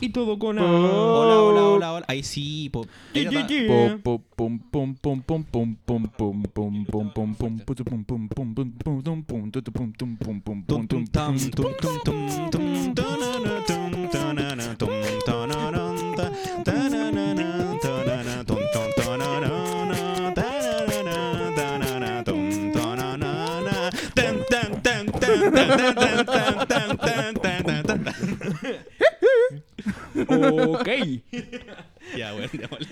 y todo con A. Hola, hola, hola, hola. Ahí sí, po. Ahí Ye, ye, está. ye. Tum, tum, tam, tum, tum, tum, tum, tanana, tum, tanana, tum, tanana, ta- tanana, tanana, tum, tum, tanana, tanana, tanana, tum, tanana, tan, tan, tan, tan, tan, tan, tan, tan, tan, tan, tan, tan, tan. Ok. Ya, bueno, ya, vale.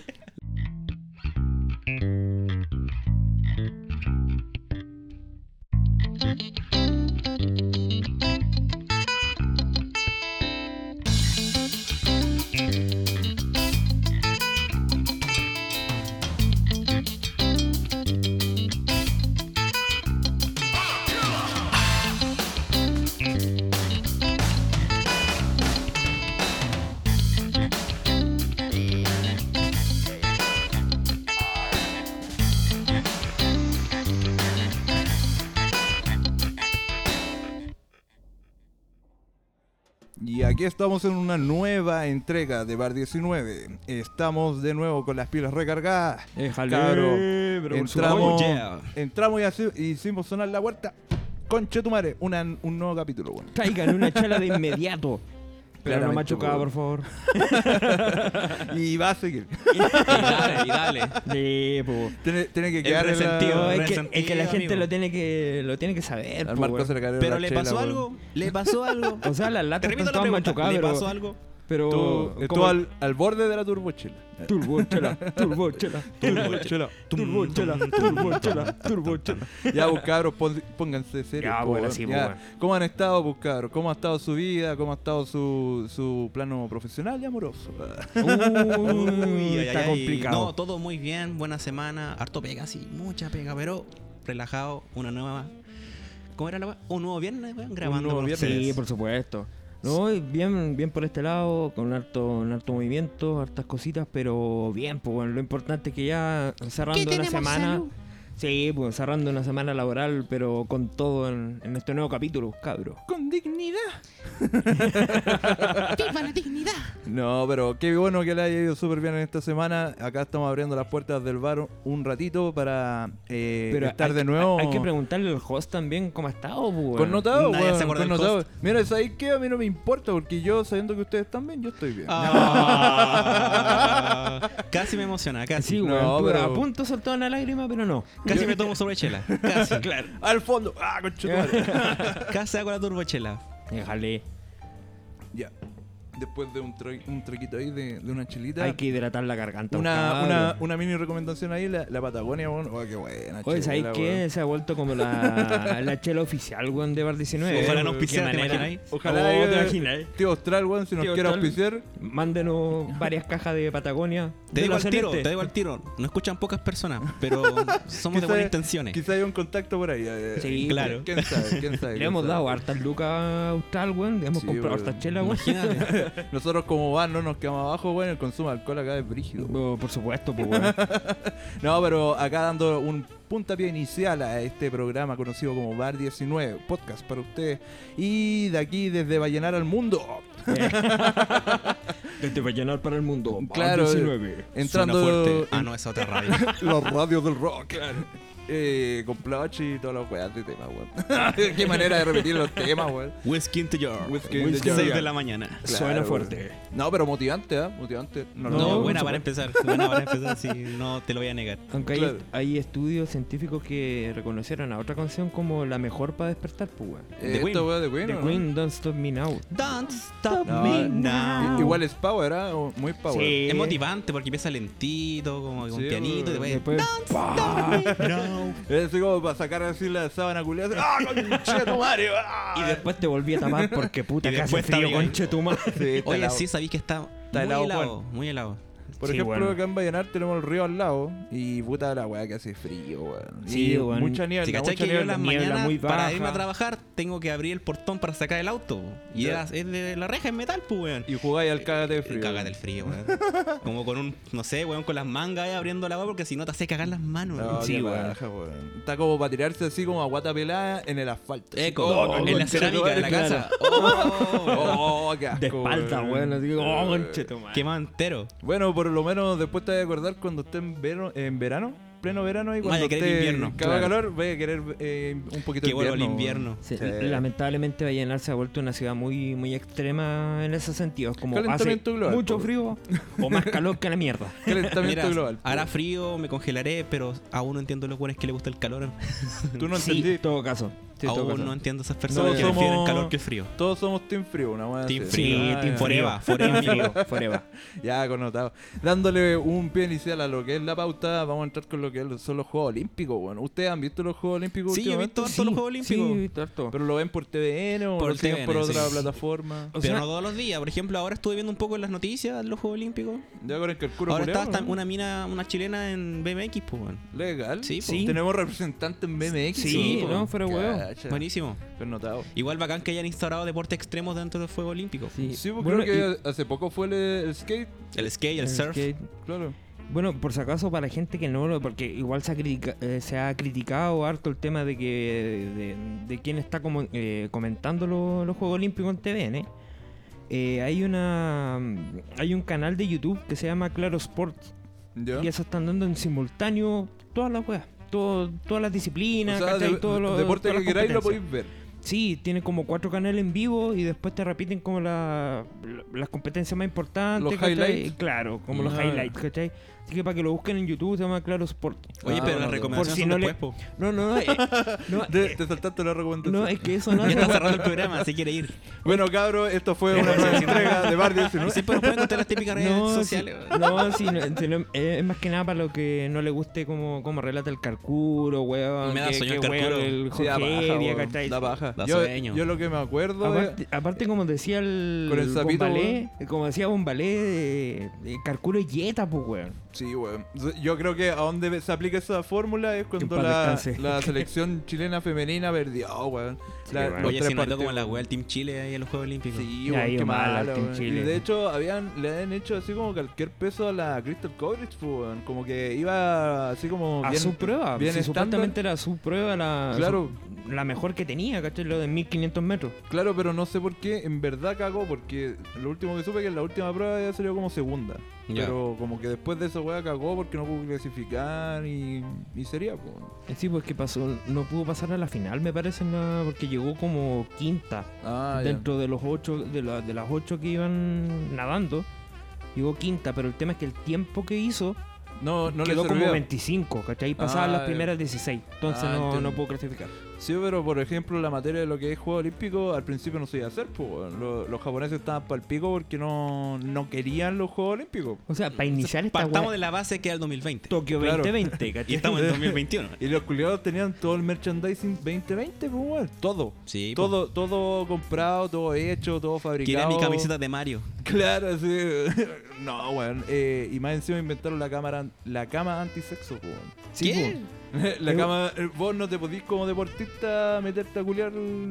Y aquí estamos en una nueva entrega de Bar 19. Estamos de nuevo con las pilas recargadas. Déjalo. Claro. bro, Entramos, Oh, yeah. entramos y hace- hicimos sonar la puerta. Conche tu madre, una- un nuevo capítulo, bueno. Traigan una chala de inmediato. Pero no Claramente, machucada, weón. por favor. Y va a seguir. Y dale, y dale. Sí, po. Tiene, tiene que El quedar en la- resentido, No, es, que, Ah, resentido, es que la gente amigo. lo tiene que lo tiene que saber. Al po, Marco weón. se le cayó Pero la le chela, pasó weón. algo, le pasó algo. Ah, O sea, las latas Te repito están la todas pregunta, machucadas, ¿le pero... pasó algo? Pero... Estuvo- como- estuvo eh, al, al borde de la turbochela. Turbo chela, turbo chela, turbo chela, turbo chela, turbo chela, turbo chela. Ya, pues cabros, pon- pónganse serios. Ya, po, bueno, weón. sí, Ya. pues, ¿Cómo han estado, pues cabros? ¿Cómo ha estado su vida? ¿Cómo ha estado su, su plano profesional y amoroso? Uy, Uy, ay, está ay, ay. No, complicado. todo muy bien, buena semana, harto pega, sí, mucha pega, pero relajado, una nueva. ¿Cómo era la weá? Un nuevo viernes, weón, grabando nuevo con viernes. ustedes. Sí, por supuesto. No, y bien, bien por este lado, con harto, con harto movimiento, hartas cositas, pero bien, pues bueno, lo importante es que ya cerrando una semana. Sí, pues cerrando una semana laboral, pero con todo en, en este nuevo capítulo, cabro. Con dignidad. No, pero qué bueno que le haya ido súper bien en esta semana. Acá estamos abriendo las puertas del bar un ratito para eh, Pero estar hay- de nuevo. Hay, hay que preguntarle al host también cómo ha estado, pues. Con bueno. notado, Nadie weón, se acuerda con del notado. Mira, ¿sabéis qué? A mí no me importa porque yo, sabiendo que ustedes están bien, yo estoy bien. Ah. casi me emociona, casi. Sí, No, weón, estuve pero- a punto de soltar una lágrima, pero no. Casi me tomo sobre chela. Casi, claro. Al fondo. Ah, conchetumare. Casi hago la turbochela. Déjale. ya. Después de un, tra- un traquito ahí de, de una chilita. Hay que hidratar la garganta. Una, cabrón. una, una mini recomendación ahí, la, la Patagonia, weón. Oh, qué Ah, buena. Oye, ¿sabes chela, qué? weón. Se ha vuelto como la, la chela oficial, weón, de Bar 19. Ojalá Qué nos auspiciara, ¿te manera. imagináis? Ojalá. Oh, eh, ¿te imagináis? Tío Austral, weón, si nos Tío quiere Austral. auspiciar. Mándenos varias cajas de Patagonia. Te De digo la al tiro, Celeste. te digo al tiro. Nos escuchan pocas personas, pero somos de Quizá- buenas intenciones. Quizá haya un contacto por ahí. eh, Sí, claro. ¿Quién sabe? ¿Quién sabe? Le quién hemos sabe. dado hartas lucas a Austral, weón. Le hemos Sí, comprado weón. hartas chelas, weón. Nosotros como van no nos quedamos abajo, bueno, el consumo de alcohol acá es brígido. Oh, por supuesto, pues, weón. No, pero acá dando un puntapié inicial a este programa conocido como Bar 19, podcast para ustedes. Y de aquí, desde Vallenar al mundo, Desde Vallenar para el mundo. Bar eh. Claro, 19. Entrando. entrando Ah, no, es otra radio. en los radios del rock. Eh, con Plachi y todas las weas de tema, weón. Qué manera de repetir los temas, weón. Whisky into your. Whisky in the Whisky jar. 6 de la mañana. Claro, Suena weón. fuerte. No, pero motivante, ¿eh? Motivante. No, lo No, niego. buena para empezar. Buena para empezar, sí, no te lo voy a negar. Aunque hay, Claro. hay estudios científicos que reconocieron a otra canción como la mejor para despertar, pues, weón. Eh, The Queen. Esta wea de Queen, The ¿o no? Queen Don't Stop Me Now. Don't stop No, me eh, now. I- Igual es power, ¿eh? O- Muy power. Sí. Es motivante porque empieza lentito, como con Sí, pianito, y weón. después. Después, No. Es así como para sacar así la sábana culiada. ¡Ah, conchetumario! ¡Ah! Y después te volví a tapar porque puta Y que hace después está frío, bien. conche tu madre. Sí, está Oye, helado. sí, sabéis que está, muy helado, helado, muy helado. Por Sí, ejemplo, bueno. acá en Vallenar tenemos el río al lado y puta la weá que hace frío, weón. Sí, Y weón. Mucha niebla, Si cachai mucha que yo en niebla. las niebla mañanas muy para baja. irme a trabajar tengo que abrir el portón para sacar el auto. Y Ya. era- es de la reja en metal, pues, weón. Y jugáis al cágate de frío. Cágate el frío, weón. Como con un, no sé, weón, con las mangas ahí abriendo la agua porque si no te hace cagar las manos, No, weón. qué Sí, weón. paja, weón. Está como para tirarse así como a guata pelada en el asfalto. así. Eco, Oh, en la concha cerámica de la madre, casa. claro. Oh, Oh, qué asco, De espalda, weón. Así que, oh, conche tu oh, madre. quema entero. Bueno, por lo menos después te vas a acordar cuando esté en, verano, en verano, pleno verano y cuando Vaya a querer esté invierno, que haga claro. calor, voy a querer eh, un poquito de Que vuelva invierno. el invierno. Sí, Sí. Lamentablemente Vallenar se ha vuelto una ciudad muy, muy extrema en ese sentido. Es como hace Calentamiento global, mucho pobre. frío o más calor que la mierda. Calentamiento Mira, ah, global. hará frío, me congelaré, pero aún no entiendo los buenos que le gusta el calor. Tú no Sí, entendí. en todo caso. Sí, en todo aún caso. no entiendo esas personas No, que prefieren el somos- calor que el frío. Todos somos Team Frío, una weá. Team así. Sí, frío. Ah, Team Foreva, Frío. foreva. Team Frío, foreva. Ya, connotado. Dándole un pie inicial a lo que es la pauta, vamos a entrar con lo que son los Juegos Olímpicos, bueno. ¿Ustedes han visto los Juegos Olímpicos Sí, yo he últimamente? visto harto los Juegos Olímpicos. Sí, harto. Pero lo ven por TVN o Por lo siguen por TVN, otra sí. plataforma. O pero sea- no todos los días. Por ejemplo, ahora estuve viendo un poco en las noticias los Juegos Olímpicos. Ya con el que el culo ahora culeado, está hasta ¿no? una mina, una chilena en BMX, pues, weón. Legal. Sí, po. Sí. Tenemos representantes en BMX. Sí, po. no, fuera huevo. Cacha. Buenísimo. Connotado. Igual bacán que hayan instaurado deportes extremos dentro del Juego Olímpico. Sí, Sí, pues bueno, creo que hace poco fue el, el skate, El skate, y- el, surf. skate. claro. Bueno, por si acaso, para la gente que no lo. Porque igual se ha, critica- eh, se ha criticado harto el tema de que. de, de quién está como, eh, comentando lo- los Juegos Olímpicos en TVN. Eh, hay una. Hay un canal de YouTube que se llama Claro Sports. ¿Ya? Y eso están dando en simultáneo todas las weas. todo- todas las o disciplinas, sea, ¿cachai? de- Todos los- deporte todas que las queráis lo competencias. podéis ver. Sí, tiene como cuatro canales en vivo y después te repiten como la- la- las competencias más importantes. Los ¿cachai? highlights. Claro, como los Ah. highlights, ¿cachai? Así que para que lo busquen en YouTube se llama Claro Sport. Oye, pero Ah, no, las no. Por recomendaciones si son no le- después, po. No, no, no. eh, no, Te, eh, te saltaste la recomendación. no, es que eso no Ya hace- está cerrado el programa, si quiere ir. Bueno, cabros, esto fue una nueva entrega de Bar 19. Siempre nos pueden contar las típicas redes No, sociales. sí, weón. no, sí, no, sí, no, eh, es más que nada para lo que no le guste como, como relata el carcuro, weón. Me da que- sueño que el Carcuro. weón, el Sí, da Jorge paja, Evia, weón, ¿cachai? da paja. Da Yo, sueño. yo lo que me acuerdo es- Aparte, aparte, como decía el, Con el sapito, Bombalé, como decía Bombalé, eh, eh, Carcuro y Yeta, pues, weón. Sí, weón. Yo creo que a donde se aplica esa fórmula es cuando paz la, descanse. la selección chilena femenina perdió, weón. Sí, La- weón. los Oye, tres si no ando partidos. como la wea del Team Chile ahí en los Juegos Olímpicos. Sí, Ya, weón, yo qué mal, mala, Team weón. Y Chile. de hecho, habían, le habían hecho así como cualquier peso a la Crystal Coverage, weón. Como que iba así como. A bien- su prueba. bien si estándar. supuestamente era su prueba la, Claro. su- la mejor que tenía, ¿cachai? Lo de 1500 metros. Claro, pero no sé por qué, en verdad cagó, porque lo último que supe que en la última prueba ya salió como segunda. Ya. Pero como que después de esa weá cagó porque no pudo clasificar y, y sería, pues. Eh, Sí, pues que pasó, no pudo pasar a la final, me parece, en la- porque llegó como quinta Ah, ya. dentro de los ocho, de, la- de las ocho que iban nadando. Llegó quinta, pero el tema es que el tiempo que hizo No, no le quedó como sirvió. 25, ¿cachai? Y pasaban Ah, las ya. primeras 16, entonces Ah, no, entiendo. no pudo clasificar. Sí, pero por ejemplo, la materia de lo que es juego olímpico, al principio no se iba a hacer, pues. weón. Lo- los japoneses estaban pa'l pico porque no, no querían los juegos olímpicos. O sea, para iniciar esta Partamos wea, de la base que era el 2020. Tokio Claro. 2020, ¿cachai? Y estamos en 2021. Y los culiados tenían todo el merchandising 2020, pues, weón. Todo. Sí, po. Todo, todo comprado, todo hecho, todo Quería fabricado. mi camiseta de Mario. Claro, sí. no, weón. Eh, y más encima inventaron la cámara, la cama antisexo, pues, weón. Sí, ¿Qué? po. La Eh, cama, eh, vos no te podís como deportista meterte a culiar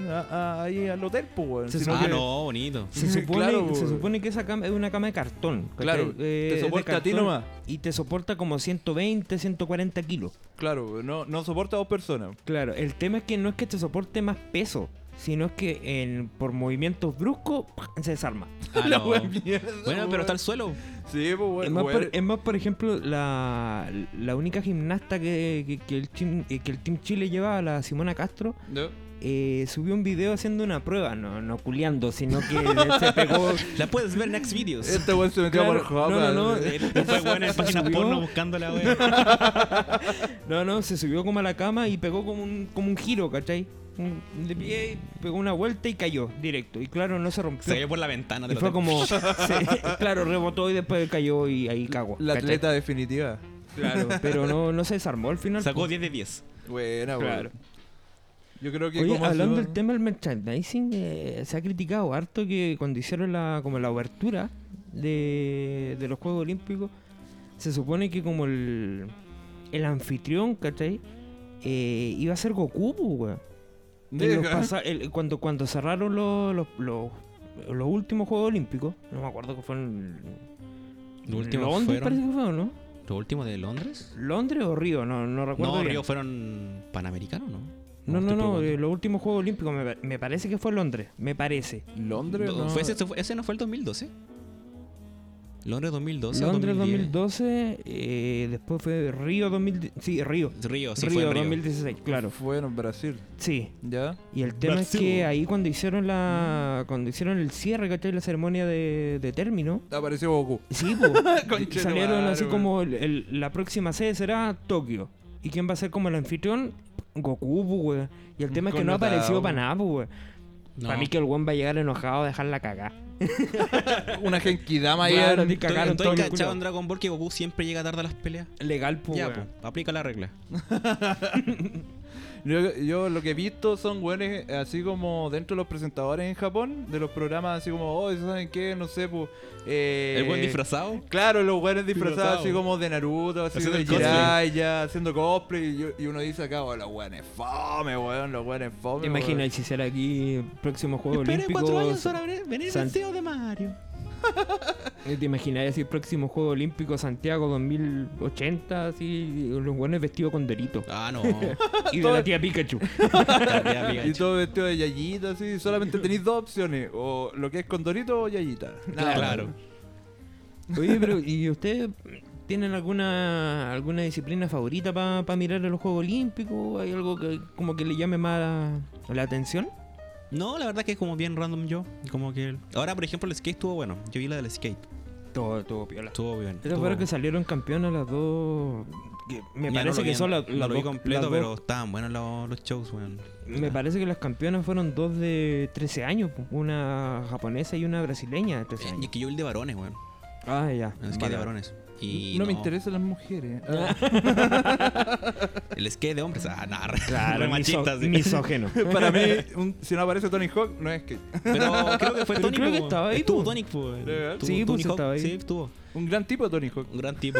a- a- ahí al hotel, pues, weón. Se sino Ah, que- no, bonito. Se supone, Claro, se po. supone que esa cama es una cama de cartón. ¿cachai? Claro, te es de soporta a ti cartón nomás. Y te soporta como 120, 140 kilos. Claro, no, no soporta a dos personas. Claro, el tema es que no es que te soporte más peso, sino es que en- por movimientos bruscos ¡pah! se desarma. Ah, La no. wea mierda. Bueno, pero weón. está el suelo. Sí, pues es, bueno. más por, es más, por ejemplo, la, la única gimnasta que, que- que el team, eh, que el Team Chile llevaba, la Simona Castro, eh, subió un video haciendo una prueba, no, no culeando, sino que se pegó... La puedes ver en Next Videos. Este weón se metió Claro, por Java. no, no, eh, no, Él fue bueno en páginas subió. porno buscándola, weón. No, no, se subió como a la cama y pegó como un, como un giro, ¿cachai? Un- De pie, pegó una vuelta y cayó directo. Y claro, no se rompió. Se cayó por la ventana. y del fue hotel. como. se- claro, rebotó y después cayó y ahí cagó. La ¿cachai? atleta definitiva. Claro, pero no, no se desarmó al final. Sacó pues. 10 de 10. Buena, Claro. weón. Yo creo que. Oye, como hablando se- del tema del merchandising, eh, se ha criticado harto que cuando hicieron la, como la obertura de, de los Juegos Olímpicos, se supone que como el, el anfitrión, ¿cachai? Eh, iba a ser Goku, pues, weón. Y los Deja. pasa- el- cuando, cuando cerraron los, los, los, los últimos Juegos Olímpicos, no me acuerdo que fueron. en Los últimos Londres, fueron- parece que fue, ¿o ¿no? ¿Lo último de Londres? ¿Londres o Río? No, no recuerdo. No, bien. Río fueron panamericanos, ¿no? No, no, estoy no, preguntando. eh, los últimos Juegos Olímpicos me, pa- me parece que fue en Londres, me parece. Londres, Do- no. fue ese, ese no fue el 2012? Londres 2012. o Londres 2010. 2012, eh, después fue Río 2000, sí, Río. Río, sí, fue Río en Río. 2016, claro. Fue en Brasil, Sí, ¿ya? y el tema es que ahí cuando hicieron la cuando hicieron el cierre, ¿cachai? La ceremonia de, de término. Apareció Goku. Sí, pues, Conchetumare, salieron así weón. como el- el- la próxima sede será Tokio. ¿Y quién va a ser como el anfitrión? Goku, pues, weón. Y el tema es que no Connotado. apareció para nada, pues, weón. No. Para mí que el weón va a llegar enojado a dejar la cagada. Una Genkidama ahí. Claro, en- te Estoy- cagaron estoy todo el cachado culo. en Dragon Ball que Goku siempre llega tarde a las peleas. Legal, pues, ya, weón. po, aplica la regla. Yo, yo lo que he visto son güeyes así como dentro de los presentadores en Japón, de los programas así como, oh, ¿saben qué? No sé, pues... eh, el buen disfrazado. Claro, los güeyes disfrazados Disfrazado. así como de Naruto, así Haciendo de el cosplay. Jiraiya, haciendo cosplay, y, yo- y uno dice acá, oh, los güeyes fome, weón, los güeyes fome. ¿Te imaginas si será aquí próximo juego olímpico? para venir San- Eh, vestido de Mario. ¿Te imaginas si próximo juego olímpico Santiago 2080? Así, los buenos vestidos con Dorito. Ah, no. Y de la tía Pikachu. Ya, weón. Y Pikachu. todo vestido de Yayita, así, solamente tenéis dos opciones, o lo que es Condorito o Yayita. Nada más. claro. Oye, pero ¿y ustedes tienen alguna alguna disciplina favorita para mirar los Juegos Olímpicos? ¿Hay algo que como que le llame más la, la atención? No, la verdad que es como bien random yo. Como que. Ahora, por ejemplo, el skate estuvo bueno. Yo vi la del skate. Todo, todo piola. Estuvo bien. Era estuvo- para que salieron campeonas las dos. que Ya me no parece lo que vi son en- las, no las lo vi dos- completo, las dos- pero estaban buenos los, los shows, weón. Eh, Me parece que las campeonas fueron dos de 13 años, po. una japonesa y una brasileña de 13 Eh, Y años. que yo vi el de varones, weón. Ah, ya. El skate Vale. de varones. Y no, me interesan las mujeres. Ah. El skate de hombres. Ah, nah, re- re Claro, miso- machista, sí. misógeno. Para mí, un- si no aparece Tony Hawk, no es que... Pero creo que fue Pero Tonic. creo que po. estaba ahí, Estuvo po. Tonic, po, weón. ¿De verdad? Estuvo Sí, pues, Tony Hawk, estaba ahí. Sí, estuvo. Un gran tipo Tony Hawk. Un gran tipo.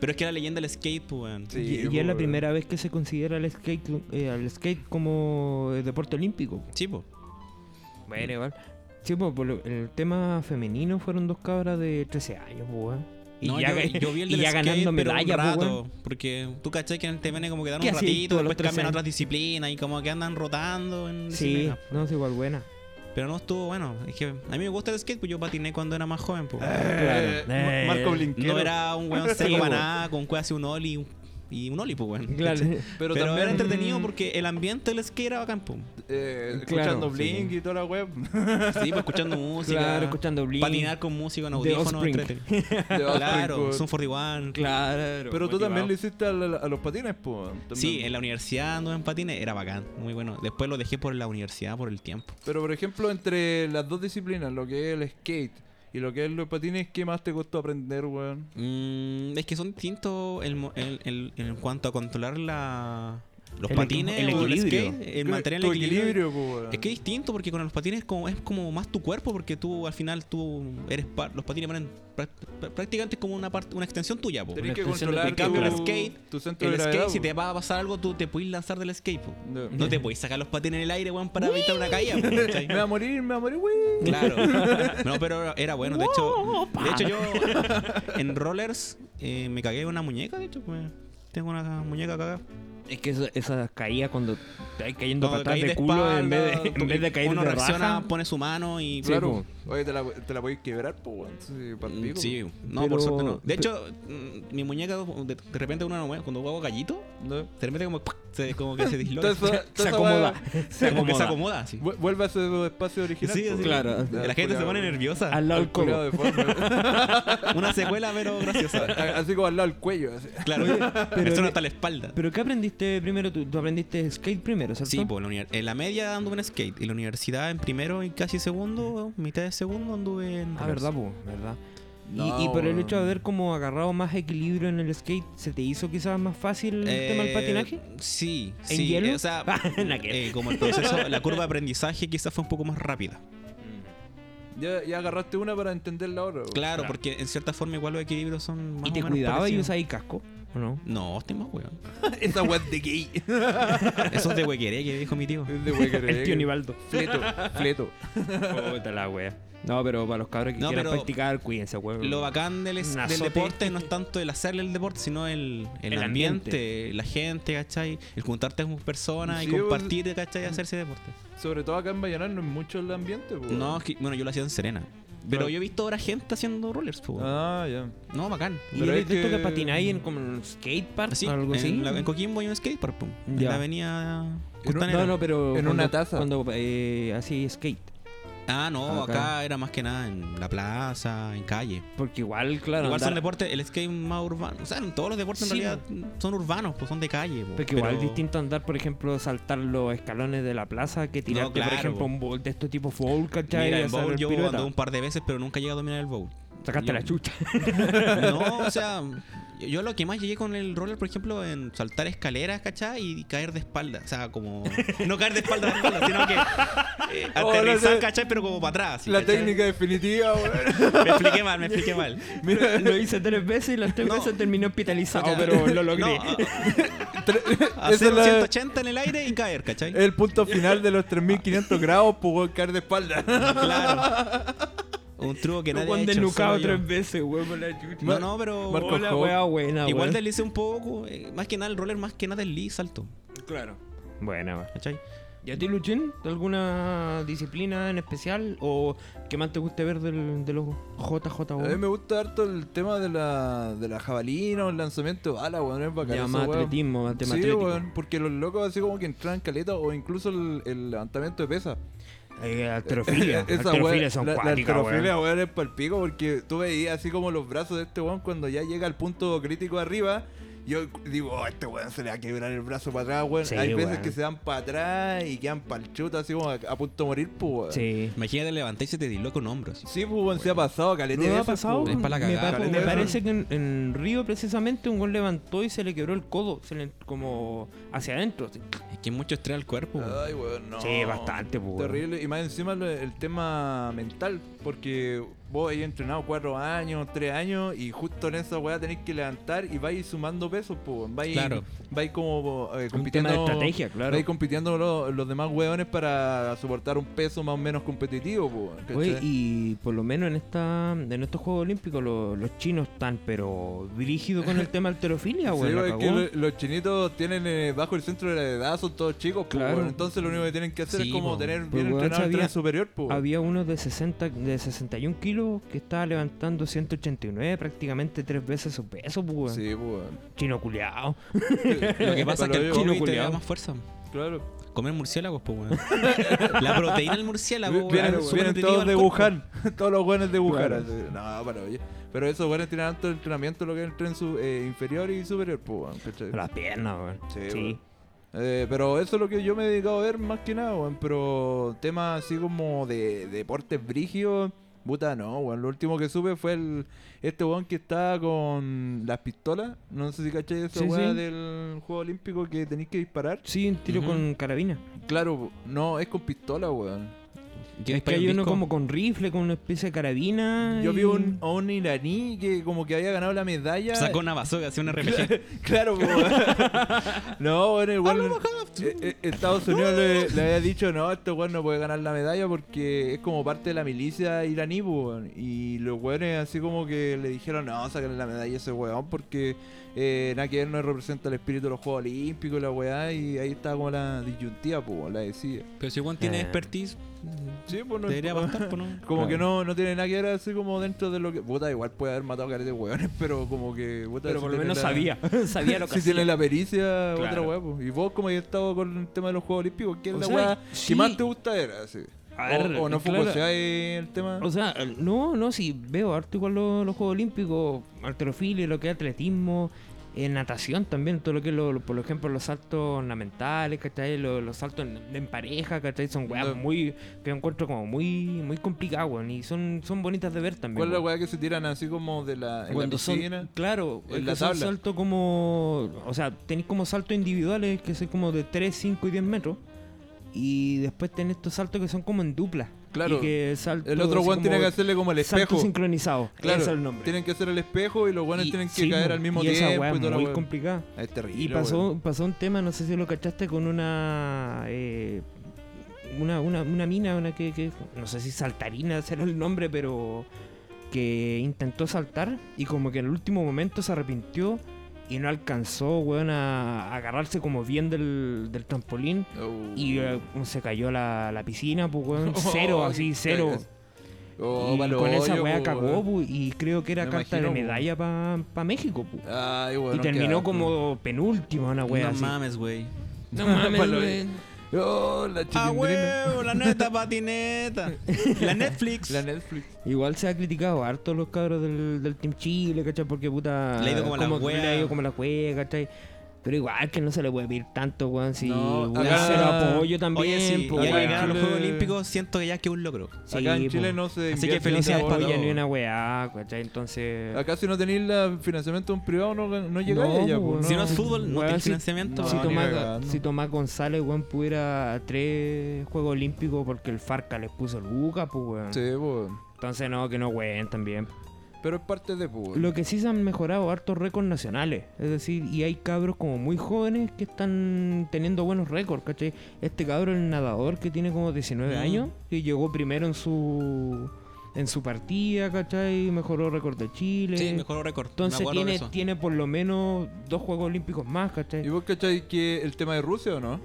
Pero es que era leyenda del skate, po, weón. Sí, y, y es pues, la weón. primera vez que se considera el skate, eh, al skate como eh, deporte olímpico. Sí, pues. po. Mm. Bueno, igual. Sí, pues, por lo- el tema femenino fueron dos cabras de 13 años, po, weón. Y No, ya, yo, yo vi el y del ya skate, ganando pero medalla, un po, rato, weón. porque tú cachai que en el TVN como que dan ¿Qué un hacías ratito, todos los después tres cambian a años? otras disciplinas y como que andan rotando en Sí, disciplinas. no, es igual buena. Pero no estuvo bueno, es que a mí me gusta el skate, pues yo patiné cuando era más joven, po. Eh, Claro. Ma- Eh, Marco Blinquero. No era un weón Ah, Sí, seco po. para nada, con un weón hacía un ollie un- y un ollie, pues weón. Claro. ¿cachai? Pero, mm. Pero, también era entretenido porque el ambiente del skate era bacán, po. eh, Claro, escuchando sí. Blink y toda la web. Sí, pues escuchando música. Claro, escuchando Blink. Patinar con música en The audífonos, Offspring. entretenido. Claro, Son 41. Claro. Pero tú también motivado. le hiciste al- al- a, los patines, pues. Sí, en la universidad anduve en patines, era bacán, muy bueno. Después lo dejé por la universidad, por el tiempo. Pero por ejemplo, entre las dos disciplinas, lo que es el skate y lo que es los patines, ¿qué más te costó aprender, weón? Mm, es que son distintos el mo- el- el- en cuanto a controlar la, los El equi- patines, el o equilibrio. skate, el Creo- Eh, mantener el tu equilibrio. equilibrio, po, weón. Es que es distinto porque con los patines es como, es como más tu cuerpo porque tú al final tú eres par- los patines van en prá- prá- prácticamente es como una parte una extensión tuya. po. Tenés una que extensión del controlar En cambio, tu, el skate, tu centro El de skate, gravedad, si te po. va a pasar algo, tú te puedes lanzar del skate. po. No. No te puedes sacar los patines en el aire, weón, para evitar una caída. po, ¿cachai? Me va a morir, me va a morir, weón. Claro. No, pero era bueno. De hecho, de hecho yo en Rollers eh, me cagué una muñeca, de hecho. me- Tengo una muñeca cagada. Es que eso- esas caídas cuando te hay cayendo Cuando patadas caí de, de culo en espalda, vez de, en vez de caer Uno de reacciona, raja. pone su mano y... Sí, claro. Oye, te la, te la podéis quebrar, pues, weón. Sí, pa'l Mm, pico, Sí, po. no, Pero- por suerte no. De pe- hecho, mm, mi muñeca, de, de repente, uno no mueve. Cuando hago gallito, No. de repente como, se, como que se disloca. Entonces, se, entonces, acomoda. weón, como que se acomoda así. vu- Vuelve a su espacio original. Sí, po, sí. Claro. weón. La La gente se culiao, pone weón. nerviosa. Al lado del codo. Culiao de forma. Una secuela, pero graciosa. A- Así como al lado del cuello. así. Claro. pero- Persona hasta la espalda. ¿Pero qué aprendiste primero? ¿Tú, tú aprendiste skate primero, ¿cierto? Sí, pues la univers- en la media anduve en skate. Y la universidad en primero y casi segundo, mitad de segundo anduve en. Ah, rollers. verdad, pues, verdad. Y- No, y, por el weón. hecho de haber como agarrado más equilibrio en el skate, ¿se te hizo quizás más fácil el tema del Eh, patinaje? Sí, ¿En sí. hielo? eh, Ah, O sea, Nada que ver. eh, como el proceso, la curva de aprendizaje quizás fue un poco más rápida. Ya, ya agarraste una para entender la otra. weón. Claro, porque en cierta forma igual los equilibrios son más ¿Y o te menos cuidabas y parecidos. usabas casco? ¿O no? No, este más weón. Esa weá es de gay. Eso es de huequeré que dijo mi tío. Es de weá que El tío Nivaldo. Fleto, fleto. Puta la wea. No, pero para los cabros que No, quieran pero practicar, cuídense, weón. Lo bacán del, es- Un del azote. deporte no es tanto el hacerle el deporte, sino el, el, El ambiente, la gente, ¿cachai? El juntarte con personas Sí, y compartir, ¿cachai? Hacerse deporte. Sobre todo acá en Vallenar no es mucho el ambiente, weón. No, es que- bueno, yo lo hacía en Serena. Pero Claro. yo he visto ahora gente haciendo rollers, po. Ah, ya. No, bacán. ¿Y pero eres es de esto que que- patináis en como en un skatepark Así, o algo en, así? la- en Coquimbo hay un skatepark, pum. En Ya. la avenida Costanera. no, no, pero. En cuando- una taza. Cuando eh, así skate. Ah, no, Acá. acá era más que nada en la plaza, en calle. Porque igual, claro. igual son andar- deportes, el skate más urbano. O sea, en todos los deportes Sí, en realidad son urbanos, pues son de calle. po. Porque igual es distinto andar, por ejemplo, saltar los escalones de la plaza que tirarte, claro. por ejemplo, un bowl de estos tipo foul, ¿cachai? Mira, el Hacer bowl yo pirueta. andé un par de veces, pero nunca llegué a dominar el bowl. Sacaste yo- la chucha. No, o sea, yo, yo lo que más llegué con el roller, por ejemplo, en saltar escaleras, ¿cachai? Y caer de espalda. O sea, como. No caer de espalda, de espalda, sino que. eh, Oh, aterrizar, la- ¿cachai? Pero como para atrás. ¿sí? La ¿cachai? técnica definitiva, weón. Me expliqué mal, me expliqué mal. Mira, lo hice tres veces y las tres No. veces terminé hospitalizado, Puta. Oh, pero lo logré. No, ah, a- a- Ese hacer es la- Eh. 180 en el aire y caer, ¿cachai? el punto final de los 3500 grados, pues weón, caer de espalda. Claro. Un truco que nadie ha Juan hecho, desnucado solo yo. tres veces, weón, por la chucha. No, no, pero Marco Hola, Hope. weá, buena, igual weón. deslice un poco. eh, más que nada el roller, más que nada desliz, salto. Claro. Buena, weón. ¿Cachai? ¿Y a ti, Luchín? ¿De alguna disciplina en especial? ¿O que más te guste ver del, de los JJ? A mí me gusta harto el tema de la, de la jabalina, el lanzamiento de bala, weón, es bacán. Ya eso, más weón. atletismo, más tema sí, atlético. weón, porque los locos así como que entran caleta o incluso el, el levantamiento de pesas. Eh, alterofilia. Esa Alterofilia weón, son la, la cuáticas, weón. alterofilia, weón, es pa'l pico porque tú veías así como los brazos de este weón cuando ya llega al punto crítico arriba. Yo digo, oh, este weón se le va a quebrar el brazo para atrás, weón. Sí, Hay veces weón. que se dan para atrás y quedan pa'l chuta, así como a, a punto de morir, pues, weón. Sí. Imagínate levantar y se te disloca un hombro. así. Sí, pues, weón, se ha pasado caleta. ¿No ha de veces, pasado? pues, es pa' la me, cagada, pa- pues, me weón. parece que en, en Río precisamente un gol levantó y se le quebró el codo, se le, como hacia adentro. así. Es que es mucho estrés al cuerpo. Ay, weón, no. Sí, bastante, pues, weón. Terrible. Y más encima lo- el tema mental, porque vos habéis entrenado cuatro años, tres años, y justo en esa weá tenés que levantar y vais sumando pesos, pues, weón. vais, Claro. vais como eh, Un compitiendo. tema de estrategia, claro. Vais compitiendo con lo- los, demás weones para soportar un peso más o menos competitivo, pues. weón, ¿cachai? Oye, y por lo menos en esta en estos Juegos Olímpicos lo- los chinos están pero brígidos con el tema alterofilia, Sí, güey. la weón, es que cagó. lo- los chinitos tienen eh, bajo el centro de la edad, son todos chicos, pues, Claro. weón. entonces lo único que tienen que hacer Sí, es como po. tener bien Pues, weón, entrenado el sabía- tren superior, pues. weón. Había uno de 60 de 61 kilos que estaba levantando 189, prácticamente tres veces su peso, pues, weón. Sí, pues, weón. Chino culiao. Lo eh, que pasa es que el Pero, chino COVID te da culiao. más fuerza. Claro. Comer murciélagos, pues, weón. La proteína del murciélago, weón, Vienen, es súper vienen nutritiva todos al de cuerpo. Wuhan. todos los buenos de Wuhan. Claro. así. No, pero oye. Pero esos buenos tienen tanto entrenamiento lo que es el tren su- eh, inferior y superior, pues, weón, ¿cachai? Las piernas, weón. Sí, Sí. weón. Eh, pero eso es lo que yo me he dedicado a ver más que nada, weón. Pero temas así como de, deportes brígidos, puta, no, weón. Lo último que supe fue el este weón que estaba con las pistolas. No sé si cachai esa Sí, weá sí. del Juego Olímpico que tenéis que disparar. Sí, un tiro Ujú. con carabina. Claro, no, es con pistola, weón. ¿Quieres Es que para hay el uno disco? como con rifle, con una especie de carabina. Yo vi y- un, a un iraní que como que había ganado la medalla. Sacó una bazooka, hacía una RPG. Claro, po, weón. No, bueno, el weón- eh, eh, Estados Unidos le, le había dicho, no, este weón no puede ganar la medalla porque es como parte de la milicia iraní, po, weón. Y los weones así como que le dijeron, no, sacan la medalla a ese weón porque eh, nada que ver no representa el espíritu de los Juegos Olímpicos, la weá, y ahí está como la disyuntiva, po, weón, la decía. Pero si Juan tiene Eh. expertise, Sí, pues no debería bastar, pues, ¿no? Como Claro. que no, no tiene nada que ver así como dentro de lo que... Puta, igual puede haber matado carete de weones, pero como que... puta, Pero si por lo tiene menos la- sabía. sabía lo que si tiene hacía. la pericia, otra Claro. weá, po. Y vos, como has estado con el tema de los Juegos Olímpicos, ¿qué es O la sea, weá que sí. más te gusta era? así? A O- ver, o, no claro. focuseáis el tema. O sea, no, no, si veo harto igual los, los Juegos Olímpicos, alterofilia, lo que es atletismo, eh, natación también, todo lo que es, lo- lo- por ejemplo, los saltos ornamentales, ¿cachai? Los, los saltos en, en pareja, ¿cachai? Son weas No. muy, que yo encuentro como muy, muy complicadas, weón, y son, son bonitas de ver también. ¿Cuál es la weón. weá que se tiran así como de la, en la Cuando piscina? son, claro, en es la que son tabla. saltos como, o sea, tenéis como saltos individuales que son como de 3, 5 y 10 metros, y después tenés estos saltos que son como en dupla. Claro. Y que salto, El otro así weón tiene como que hacerle como el Salto espejo. sincronizado. Claro, Ese es el nombre. tienen que hacer el espejo y los buenos Y- tienen que sí, caer po, al mismo y esa tiempo weá y es toda la muy weá. complicada. Es terrible. Y pasó, pasó un tema, no sé si lo cachaste, con una eh, una, una, una mina, una que, que- no sé si saltarina será el nombre, pero que intentó saltar y como que en el último momento se arrepintió y no alcanzó, weón, a, a agarrarse como bien del, del trampolín weón. Oh. y eh, se cayó a la, la piscina, pues, weón, Oh, cero, qué así, cero. cagas. Oh, y palo con esa hoyo, weá po, cagó, weón. pu, y creo que era Me carta imagino, pues. de po. medalla para México, pues. pu. Ay, weón, y qué terminó asco. como penúltima una wea No así. mames, güey. No mames, mames, güey. Oh, la Ah, chilindrina. huevo, la neta patineta. La Netflix. La Netflix. Igual se ha criticado harto los cabros del, del Team Chile, ¿cachai? Porque puta. Le ha ido como la wea. Le ha ido como la wea, ¿cachai? Pero igual que no se le puede pedir tanto, weón, si No, weón, acá- cero apoyo también. Oye, sí, po, ya weón. llegaron los Chile- Juegos Olímpicos, siento que ya que un logro. Sí, Acá en po. Chile no se Así que invierte No se felicidades en esa por apoya weá. todo. ni una weá, ¿cachai? Entonces. Acá si no tenéis el financiamiento de un privado no, no llegáis No, allá. po, po, no. Si no es fútbol, no Weón, tiene si- financiamiento. no, si, weón. toma- Tomás, cagando. si Tomás González, weón, pudiera a tres Juegos Olímpicos porque el Farca les puso Luca, pues, weón. Sí, po. Entonces, no, que no ween también. Pero es parte de, po. Lo que sí se han mejorado hartos récords nacionales. Es decir, y hay cabros como muy jóvenes que están teniendo buenos récords, ¿cachai? Este cabro, el nadador, que tiene como 19 Mm. años, que llegó primero en su en su partida, ¿cachai? Mejoró récord de Chile. Sí, mejor récord. Entonces Me acuerdo de tiene, eso. tiene por lo menos dos Juegos Olímpicos más, ¿Y ¿cachai? vos cacháis que el tema de Rusia o no?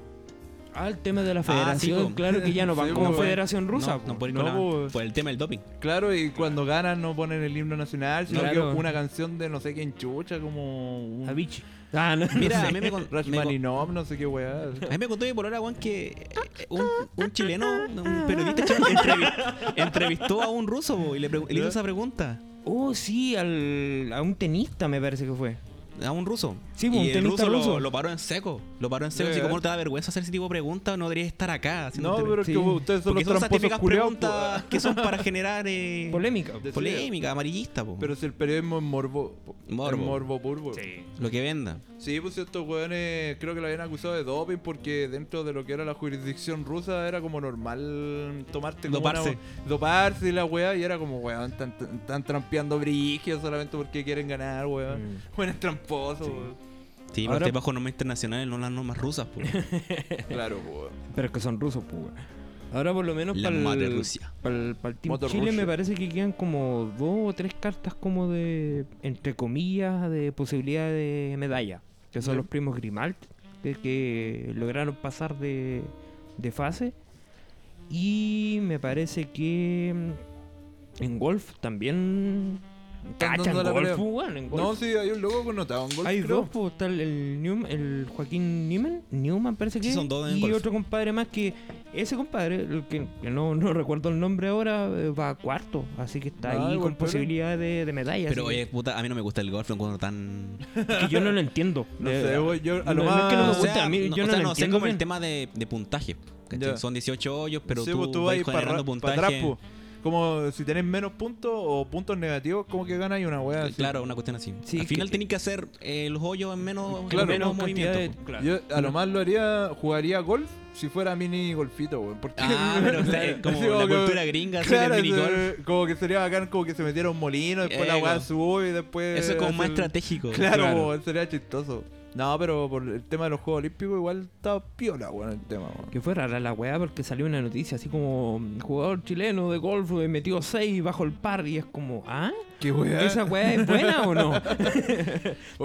Ah, el tema de la sí, federación, po. claro que ya no van Sí, como po. federación rusa. No, pues. po. no puede ir No, pues. con la- weón. por el tema del doping. Claro, y cuando ganan no ponen el himno nacional, sino Claro. que una canción de no sé quién chucha, como un Avicii. Ah, no, no Mira, sé. a mí me, con- me con- Rachmaninov, no sé qué weá. A mí me contó mi polola, Juan, que eh, un, un chileno, un periodista chileno, entrevi- entrevistó a un ruso bo, y le, pregu- le hizo esa pregunta Oh, sí, al, a un tenista me parece que fue. a un ruso. Sí, bo, un y el tenista ruso, lo- ruso. Lo, paró en seco. Lo paró en seco. Así Yeah. como no te da vergüenza hacer ese tipo de preguntas, no deberías estar acá. haciendo No, entrev- pero es Sí. que ustedes son Porque los son esas tramposos típicas culiados. po. preguntas que son para generar eh, Polémica. De- polémica, amarillista, po. Pero si el periodismo es morbo. po. Morbo. Es morbo purbo. Sí. lo que venda. Sí, pues estos weones creo que lo habían acusado de doping porque dentro de lo que era la jurisdicción rusa era como normal tomarte como Doparse. una- doparse y la weá y era como weón, están, están trampeando brígidos solamente porque quieren ganar, weón. Mm. Bueno, es tramposo, weón. Sí, pero Ahora- estoy bajo normas internacionales, no las normas rusas, po. Claro, weón. Pero es que son rusos, pues. weón. Ahora por lo menos La para madre el Rusia. Team Mother Chile Russia. me parece que quedan como dos o tres cartas como de, entre comillas, de posibilidad de medalla. Que son Ya. los primos Grimald, que, que lograron pasar de, de fase. Y me parece que mm, en golf también... Están Cacha, en dando la golf, pelea. pues, weón, en golf. No, sí, hay un loco connotado en golf. Hay creo. dos, pues, está el, el Newm- el Joaquín Newman, Newman parece que Sí, son dos en y golf. otro compadre más que ese compadre, el que, que no, no recuerdo el nombre ahora, eh, va a cuarto, así que está Ah, ahí igual, con pero- posibilidad de, de medalla. Pero así oye, puta, a mí no me gusta el golf, lo encuentro tan. que, que yo no lo entiendo. Eh, No de- sé, weón, yo a no- lo no es más... que no me O guste, sea, a mí- no, yo o no sea, lo no sé entiendo como bien. el tema de, de puntaje. ¿cachai? Ya. Son 18 hoyos, pero Sí, tú, pues, tú vas vas para generando pa' puntaje. Eh, atrás, po. Como si tenés menos puntos o puntos negativos, como que ganas una weá. así. Eh, Claro, una cuestión así. Sí, Al final que- tenés que hacer eh, los hoyos en menos, Claro, en menos cantidad movimientos. de- po. claro. Yo a lo más lo haría, jugaría golf si fuera mini golfito, weón. Porque Ah, pero o sea, es como Así la que- cultura gringa, así claro, del mini eso, golf. como que sería bacán, como que se metiera un molino, después la Eh, weá como- sube y después. Eso es como hacer- más estratégico. Claro, weón, sería chistoso. No, pero por el tema de los Juegos Olímpicos, igual está piola, weón, el tema, weón. Que fue rara la weá porque salió una noticia así como jugador chileno de golf eh, metió 6 bajo el par y es como, ¿ah? Qué weá. ¿Esa weá es buena o no?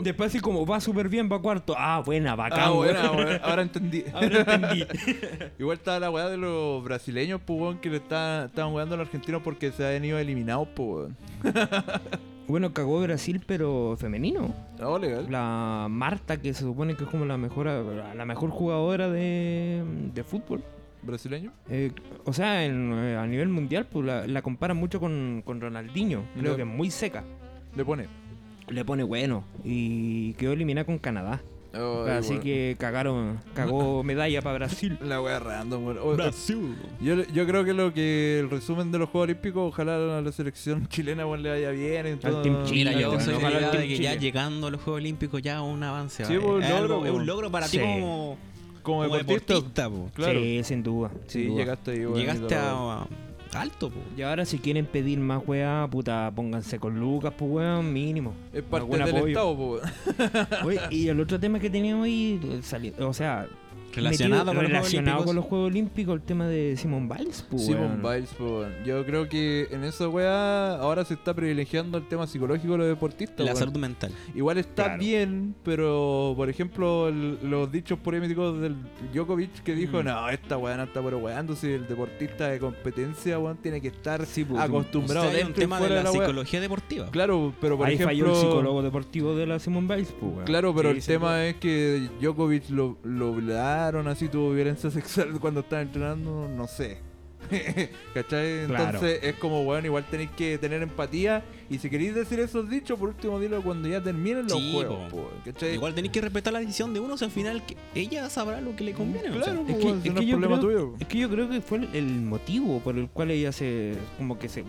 Después así como va súper bien, va cuarto. Ah, buena, bacán, Ah, weón. buena, weón, Ahora entendí. Ahora entendí. Igual estaba la weá de los brasileños, pues, weón, que le está- estaban weando a los argentinos porque se habían ido eliminados, pues, weón. Bueno, cagó Brasil, pero femenino. No, Ah, legal. La Marta, que se supone que es como la mejor, la mejor jugadora de, de fútbol. ¿Brasileño? Eh, o sea, en- eh, a nivel mundial, pues la, la comparan mucho con, con Ronaldinho. Creo Ya. que es muy seca. Le pone. Le pone bueno. Y quedó eliminada con Canadá. Oh, Así igual. que cagaron, cagó medalla para Brasil. La wea random, weón. O- Brasil. Yo, yo creo que lo que el resumen de los Juegos Olímpicos, ojalá a la selección chilena weón, le vaya bien. en todo- Team Chile, Mira, yo Bueno, soy de la ojalá el idea de Team que ya Chile. llegando a los Juegos Olímpicos ya un avance. Sí, ¿vale? pues, un es, logro, algo- es po. un logro para Sí. ti como, Como como deportista. deportista. po. Claro. Sí, sin duda. sin Sí, duda. llegaste ahí, weón, y Llegaste todo. a, alto, po. Y ahora si quieren pedir más weá, puta, pónganse con Lucas, pues weón, mínimo. Es parte Algún del apoyo. Estado, po. Oye, y el otro tema que teníamos ahí, eh, sali- o sea, Relacionado metido- con los Juegos relacionado con Olímpicos. los Juegos Olímpicos, el tema de Simon Biles, pues Simon weón. Biles, po. weón. Yo creo que en esa weá ahora se está privilegiando el tema psicológico de los deportistas. La weón. salud mental. Igual está Claro. bien, pero por ejemplo, el- los dichos polémicos del Djokovic que dijo: Mm. No, esta weá no está pero weando. Si el deportista de competencia, weón, tiene que estar Sí, po, acostumbrado O sea, hay pues, un dentro y tema de fuera la, de la weá. psicología deportiva. Claro, pero por Ahí ejemplo. falló el psicólogo deportivo de la Simon Biles, pues weón. Claro, pero Sí, el sí, tema po. es que Djokovic lo, lo violaron así, tuvo violencia sexual cuando estaba entrenando, no sé. ¿Cachai? Entonces Claro. es como, bueno, igual tenéis que tener empatía. Y si queréis decir esos dichos, por último dilo cuando ya terminen los Sí, juegos. po. po, ¿Cachai? Igual tenéis que respetar la decisión de uno, si al final que ella sabrá lo que le conviene. o sea. Claro, Es po, que- weón, si es no que es yo problema creo- tuyo. Es que yo creo que fue el, el motivo por el cual ella se. como que se.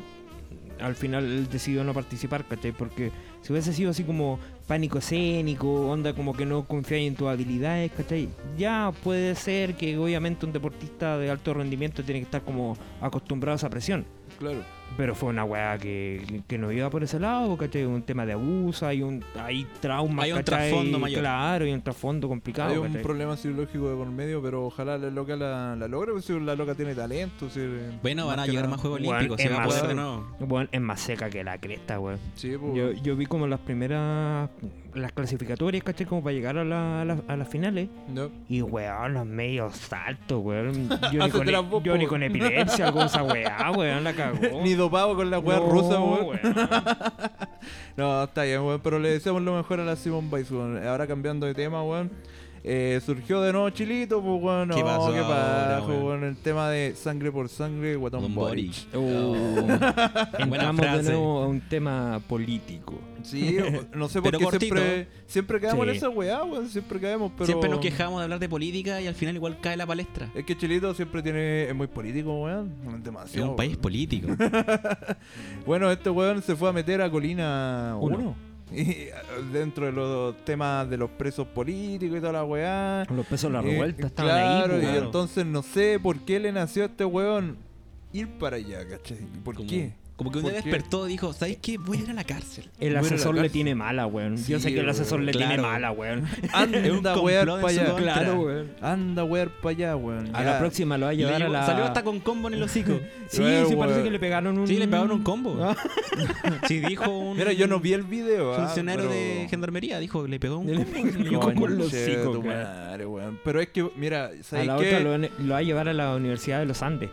al final decidió no participar, ¿cachai? Porque si hubiese sido así como pánico escénico, onda como que no confiáis en tus habilidades, ¿cachai? Ya puede ser que obviamente un deportista de alto rendimiento tiene que estar como acostumbrado a esa presión. Claro. Pero fue una weá que, que no iba por ese lado, ¿cachai? Un tema de abuso, hay un hay trauma, Hay un trasfondo mayor. Claro, hay un trasfondo complicado, Hay un ¿cachai? problema psicológico de por medio, pero ojalá la loca la, la logre, porque si la loca tiene talento. Si, Bueno, van a que llegar nada. más Juegos Weón, Olímpicos, es se va a más- poder de nuevo. Weón, es más seca que la cresta, weón. Sí, pues, po. Yo, yo vi como las primeras, las clasificatorias, ¿cachai? Como para llegar a, la- a, la- a las finales. No. Y, weón, los medios saltos, weón. Yo ni, Hacete con, las vos, yo po. ni con epilepsia, algo de esa weá, weón, la Oh. cagó. Ni dopado con la weá No, rusa, weón. weón. No, está bien, weón, pero le deseamos lo mejor a la Simon Biles, weón. Ahora cambiando de tema, weón. eh, surgió de nuevo Chilito, pues weón. No, ¿Qué pasó ¿Qué ahora, pajo, weón? weón? El tema de sangre por sangre, Guatón Don Boric. Boric. Uh, entramos de frase. nuevo a un tema político. Sí, no sé por Pero qué cortito. siempre, siempre caemos en Sí. esa weá, weón. Siempre caemos, pero. Eh, Siempre nos quejamos de hablar de política y al final igual cae la palestra. Es que Chilito siempre tiene. Es muy político, weón. Es Es Demasiado. un país político. Bueno, este weón se fue a meter a Colina Uno. 1. Y ah, dentro de los temas de los presos políticos y toda la weá. Los pesos de la Eh, revuelta estaban claro, ahí, po, y weón. entonces no sé por qué le nació a este huevón ir para allá, ¿cachai? ¿Y ¿Por Como- qué? Como que un día ¿Por qué? despertó y dijo, ¿sabes qué? Voy a ir a la cárcel. El Bueno, la asesor le cárcel. tiene mala, weón. yo Sí, sé que el asesor weón, le tiene claro. mala, weón. Es un Anda a complot wear en para su allá. contra. Claro, weón. Anda a wear para allá, weón. A ya. la próxima lo va a Y le llevar a llegó- la... Salió hasta con combo en el hocico. Sí, Weón, sí, parece weón. que le pegaron un... Ah, Sí, le pegaron un combo. Sí, dijo un... Ah. Mira, yo no vi el video. ah, Funcionario pero- de gendarmería dijo, le pegó un Le combo. pegó un Yo combo. como- el Conche hocico, tu claro. madre, weón. Pero es que, mira, A ¿sabéis la otra qué? lo, van- lo va a llevar a la Universidad de los Andes.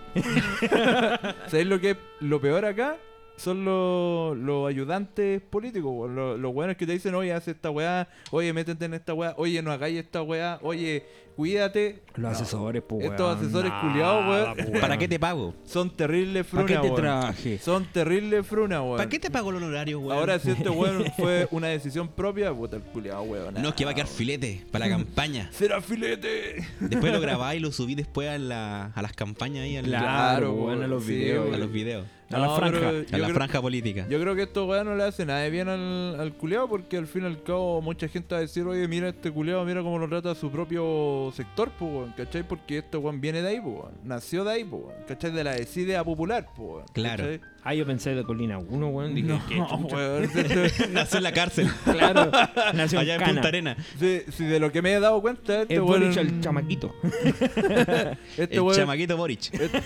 ¿Sabéis lo que es lo peor acá? Son los, los ayudantes políticos, weón. Los, los weones que te dicen, oye, haz esta weá, oye, métete en esta weá, oye, no hagáis esta weá, oye, cuídate. Los No. asesores, pues. Estos asesores culiados, weón. ¿Para qué te pago? Son terribles ¿Para frunas, qué te weón. traje? Son terribles frunas, weón. ¿Para qué te pago los honorarios, weón? Ahora, si este weón fue una decisión propia, puta el culiado, weón. Ah, No, es que va a quedar filete para la campaña. ¡Será filete! Después lo grabáis y lo subí después a, la- a las campañas ahí, al- Claro, weón, a los videos, a weón. los videos, A la franja. pero a yo, la creo, franja política. yo creo que estos weón no le hace nada de bien al, al culiado porque al fin y al cabo mucha gente va a decir, oye, mira este culiado, mira cómo lo trata su propio sector, po, weón, ¿cachai? Porque este weón viene de ahí, po, weón. Nació de ahí, po, weón, ¿cachai? De la decidea popular, po, weón, Claro. ¿cachai? Ah, yo pensé de Colina 1, weón. Dije, ¿qué No, chucha? weón, este- Nació en la cárcel, Claro. Nació allá en Cana. Punta Arena. Si, si de lo que me he dado cuenta, este Es Boric weón- el chamaquito. Este El weón chamaquito Boric. Este